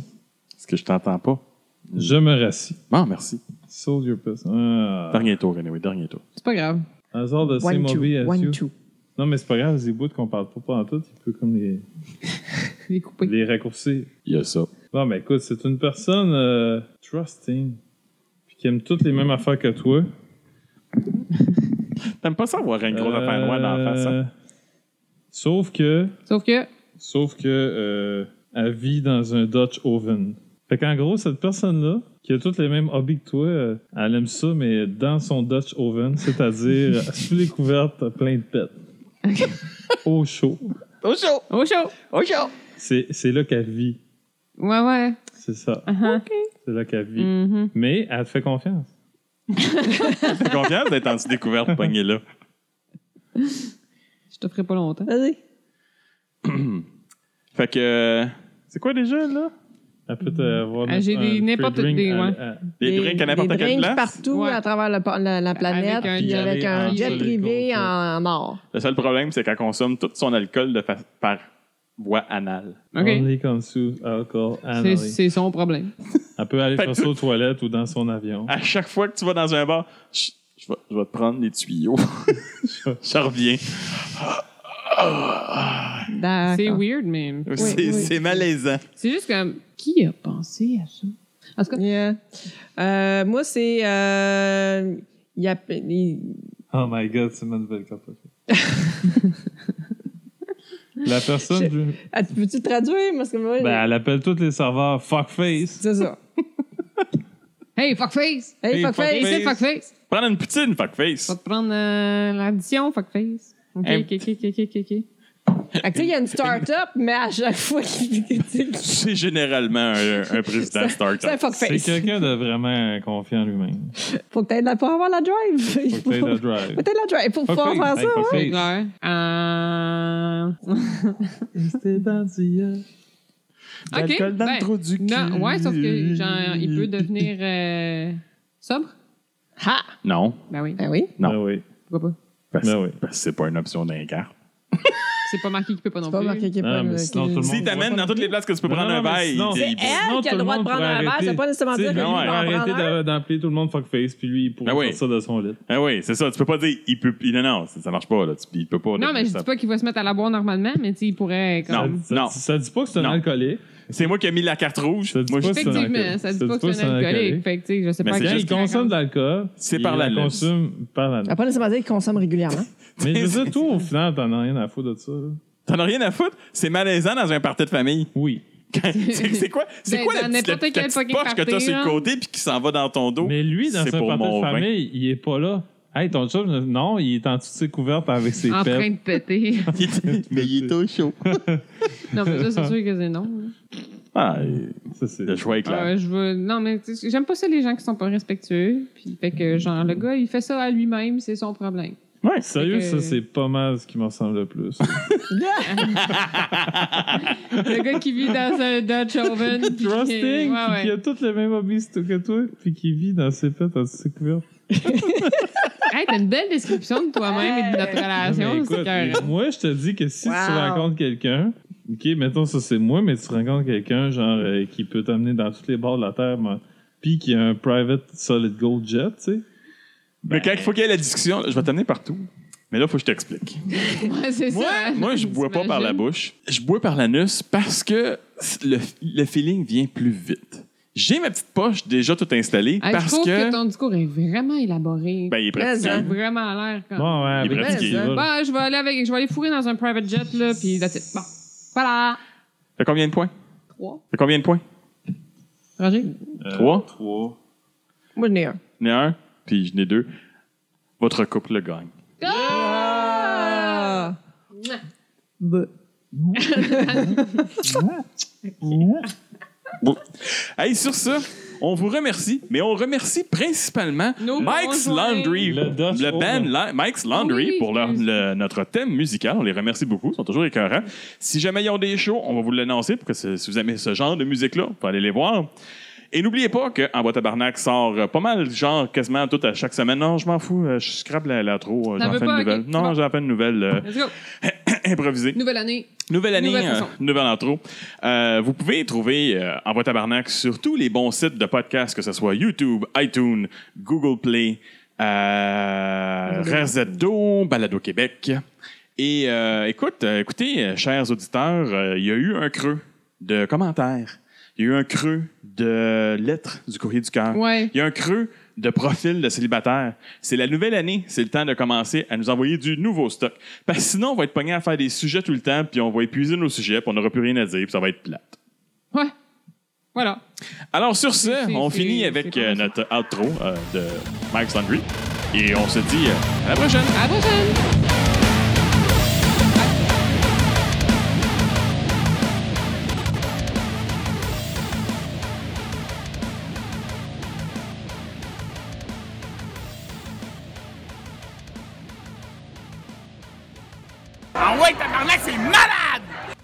B: Parce que je t'entends pas.
D: Je me rassis.
B: Bon, merci.
D: Sold your piss. Ah.
B: Dernier tour, anyway, dernier tour.
A: C'est pas grave.
D: Hazard de same
F: One,
D: movie
F: two.
D: as
F: One,
D: you.
F: two.
D: Non, mais c'est pas grave, les bouts qu'on parle pas pendant tout, il peut comme les,
A: Je vais couper.
D: les raccourcir.
B: Il y a ça.
D: Bon, mais écoute, c'est une personne euh, trusting, puis qui aime toutes les mêmes affaires que toi.
B: T'aimes pas ça avoir une grosse affaire noire dans la face, hein?
D: Euh, Sauf que,
A: Sauf que.
D: sauf que, euh, elle vit dans un Dutch oven. Fait qu'en gros, cette personne-là, qui a toutes les mêmes hobbies que toi, euh, elle aime ça, mais dans son Dutch oven, c'est-à-dire sous les couvertes, plein de pets. Au chaud.
A: Au chaud!
D: C'est c'est là qu'elle vit.
A: Ouais, ouais.
D: C'est ça.
A: Uh-huh.
D: C'est là qu'elle vit.
A: Mhm.
D: Mais elle te fait confiance.
B: T'es confiant d'être en dessous découverte, pogné là?
A: Je te ferai pas longtemps.
F: Vas-y.
B: Fait que. euh, C'est quoi déjà, là?
D: Elle peut avoir
A: Ah, j'ai des- n'importe des- ouais.
B: Les
F: Des-
B: drinks à n'importe
F: des
B: quelle
F: drinks
B: place?
F: partout
A: Ouais.
F: à travers le pa- la, la planète,
A: un
F: puis
A: jet
F: avec
D: privé
F: un
D: en-
F: jet privé en, en or.
B: Le seul problème, c'est qu'elle consomme tout son alcool de fa- par voie anale.
A: OK.
D: Only consume alcohol
B: Ah
A: C'est-
D: anally.
A: C'est son problème.
D: Elle peut aller
B: Fait
D: faire
B: que-
D: ça aux toilettes ou dans son avion.
B: À chaque fois que tu vas dans un bar, Chut, je vais, je vais te prendre les tuyaux.
F: Ah.
B: Je reviens.
A: C'est
F: D'accord.
A: weird, mais.
B: c'est
F: oui.
B: c'est malaisant.
A: C'est juste comme. Qui a pensé à ça? En tout cas,
F: Yeah. Euh, moi, c'est. euh, il y a- il-
D: Oh my god, c'est ma nouvelle carte. La personne, je-
F: Ah, tu peux-tu le traduire? Parce que moi,
D: ben, elle appelle tous les serveurs fuckface.
F: c'est ça.
A: hey, fuckface!
F: Hey,
D: Hey,
F: fuck
D: fuckface.
A: Hey,
F: face.
A: c'est fuckface!
B: Prendre une poutine,
A: Je vais
B: fuckface.
A: te prendre euh, l'addition, fuckface. OK,
B: Hey.
A: OK, OK, OK, OK, OK.
F: Fait que, tu sais, il y a une start-up, mais à chaque fois qu'il c'est
B: C'est généralement un, un président de
F: un
B: start-up.
D: C'est
F: fuckface.
D: quelqu'un de vraiment confiant en lui-même.
F: Faut que t'aies de la pour avoir la drive.
D: Faut que t'aies le drive.
F: Faut que t'aies de la drive pour pouvoir faire
D: Fuckface.
F: ça.
A: C'est
D: Hey, fuckface.
A: clair. Euh...
D: C'était dans du-
A: OK.
B: L'alcool dans le
A: ben,
B: trou du cul.
A: non, ouais, sauf que, genre, il peut devenir euh, sobre.
F: Ha!
B: Non,
A: Ben oui,
F: Ben oui.
B: Non.
D: Ben oui.
A: pourquoi pas.
B: parce,
D: Ben oui.
B: parce que c'est pas une option d'un quart.
A: C'est pas marqué qu'il peut pas non
F: C'est pas
A: plus.
F: marqué qu'il n'y a
D: Non,
F: pas
D: mais
F: de-
D: sinon,
F: qu'il-
D: tout le monde-
B: Si t'amènes dans toutes les places que tu peux
D: Non,
B: prendre
D: non,
B: un
D: mais
B: verre,
D: sinon-
B: il-
D: C'est
B: il-
F: Elle qui a le droit de prendre un verre, ça veut pas nécessairement
D: Tu
F: dire
D: sais,
F: que
D: lui,
F: lui
B: non,
D: on
B: ouais.
D: va
F: va en
D: arrêter
F: prendre un.
D: d'a- d'appeler tout le monde fuckface, puis lui, il pourrait
B: Ben oui.
D: sortir de son lit.
B: Ah oui, c'est ça. Tu peux pas dire, il peut. Il, non, non, ça, ça marche pas. Là, tu, il peut pas.
A: Non, mais je dis
B: ça.
A: pas qu'il va se mettre à la boire normalement, mais tu sais, il pourrait
B: Non.
A: comme...
D: Ça,
B: Non.
D: dit- ça dit pas que c'est un
B: Non.
D: alcoolique.
B: C'est moi qui ai mis la carte rouge.
D: Ça dit
B: Moi,
D: pas
B: je-
D: c'est un
A: Effectivement,
D: alcoolique.
A: ça dit pas que c'est un alcoolique. Fait que, tu sais, je sais
B: Mais
A: pas...
B: c'est
A: qu'est-ce
D: Quand
B: juste
D: il
A: qu'il
D: consomme de
A: raconte.
D: l'alcool,
B: C'est
D: il
B: par la lèvre.
D: consomme par la
F: Ça veut
D: lèvre.
F: pas nécessairement dire qu'il consomme régulièrement.
D: Mais je veux dire, toi, au final, t'en as rien à foutre de ça. là.
B: T'en as rien à foutre. C'est malaisant dans un party de famille.
D: Oui.
B: c'est c'est quoi, c'est
A: Ben,
B: quoi la
A: dans
B: petite, la,
A: n'importe quel
B: la petite
A: fucking
B: poche que t'as
A: party,
B: sur le
A: là.
B: côté puis qui s'en va dans ton dos?
D: Mais lui, dans un
B: C'est pour
D: party
B: mon
D: de
B: vin.
D: famille, il est pas là. Hey, ton chum, non, il est en dessous de ses couvertes avec ses
A: En train
D: pets.
A: de péter.
B: mais il est au chaud.
A: non, mais ça, c'est sûr que c'est non.
B: Ah, il-
D: Ça, c'est-
B: le choix est clair.
A: Euh, je veux... Non, mais tu sais, j'aime pas ça, les gens qui sont pas respectueux. Puis, fait que, genre, le gars, il fait ça à lui-même, c'est son problème.
B: Ouais.
D: Sérieux,
A: Fait que-
D: ça, c'est pas mal ce qui me ressemble le plus.
A: Le gars qui vit dans un Dutch oven. puis qui-
D: Rusting,
A: Ouais, ouais.
D: qui a toutes les mêmes hobbies que toi, puis qui vit dans ses fêtes à ses couvertes.
A: Hey, t'as une belle description de toi-même et de notre
D: Non, mais
A: relation.
D: écoute,
A: Ah, C'est
D: mais
A: que...
D: moi, je te dis que si tu
E: Wow.
D: rencontres quelqu'un, OK, mettons ça c'est moi, mais tu rencontres quelqu'un genre euh, qui peut t'amener dans tous les bords de la terre, mais- puis qui a un private solid gold jet, tu sais.
B: Mais quand il faut qu'il y ait la discussion, là, je vais t'amener partout. Mais là, faut que je t'explique.
A: Ouais, c'est
B: Moi,
A: ça.
B: moi, je bois pas par la
A: T'imagines?
B: bouche. Je bois par l'anus parce que le, le feeling vient plus vite. J'ai ma petite poche déjà toute installée
A: Hey, Ah, je
B: parce
A: trouve
B: que.
A: que... ton discours est vraiment élaboré.
B: Ben, il est
A: Ça a
B: pratique.
A: vraiment l'air comme.
D: Bon, ouais,
B: Il est
D: avec
B: pratiqué.
D: des vols.
A: Ah. Bon, Bah, je vais aller avec, je vais aller fourrer dans un private jet là, puis that's it. Bon, voilà.
B: T'as combien de points?
A: Trois.
B: T'as combien de points?
A: Roger.
D: Euh,
B: Trois?
D: Trois.
E: Moi, je n'ai un.
B: J'en ai un, puis j'en ai deux. Votre couple le gagne.
A: Ah!
F: Bah.
B: Hey, sur ça, on vous remercie, mais on remercie principalement
A: Nos
B: Mike's
A: conjoints.
B: Laundry,
D: Le Dutch
B: le band
D: Oven.
B: La- Mike's Laundry
A: Oui,
B: pour leur-
A: excuse.
B: le- notre thème musical. On les remercie beaucoup, ils sont toujours écœurants. Si jamais ils ont des shows, on va vous l'annoncer pour que ce- si vous aimez ce genre de musique-là, vous pouvez aller les voir. Et n'oubliez pas qu'en boîte à barnac sort euh, pas mal, genre quasiment tout à chaque semaine. Non, je m'en fous, euh, je scrape la, la trop, euh,
A: T'en
B: j'en
A: veux
B: fais
A: pas,
B: une
A: ok,
B: nouvelle.
A: c'est
B: Non,
A: bon.
B: j'en fais une nouvelle euh,
A: Let's go.
B: improvisée.
A: Nouvelle année.
B: Nouvelle année,
A: Nouvelle
B: euh,
A: façon.
B: nouvelle intro. Euh, vous pouvez trouver euh, Envoi Tabarnak sur tous les bons sites de podcasts, que ce soit YouTube, iTunes, Google Play, euh, Razzetto, Balado Québec. Et euh, écoute, euh, écoutez, euh, chers auditeurs, euh, il y a eu un creux de commentaires. Il y a eu un creux de lettres du courrier du cœur.
A: Ouais.
B: Il y a un creux de profil de célibataire. C'est la nouvelle année, c'est le temps de commencer à nous envoyer du nouveau stock. Parce que sinon, on va être pogné à faire des sujets tout le temps, puis on va épuiser nos sujets, puis on n'aura plus rien à dire, puis ça va être plate.
A: Ouais. Voilà.
B: Alors sur
A: C'est-
B: ce,
A: c'est-
B: on
A: c'est-
B: finit
A: c'est
B: avec
A: pas
B: euh,
A: mal ça.
B: notre outro euh, de Mike Landry, et on se dit euh, à la prochaine!
A: À la prochaine.
G: Ah ouais, tabarnak, c'est malade!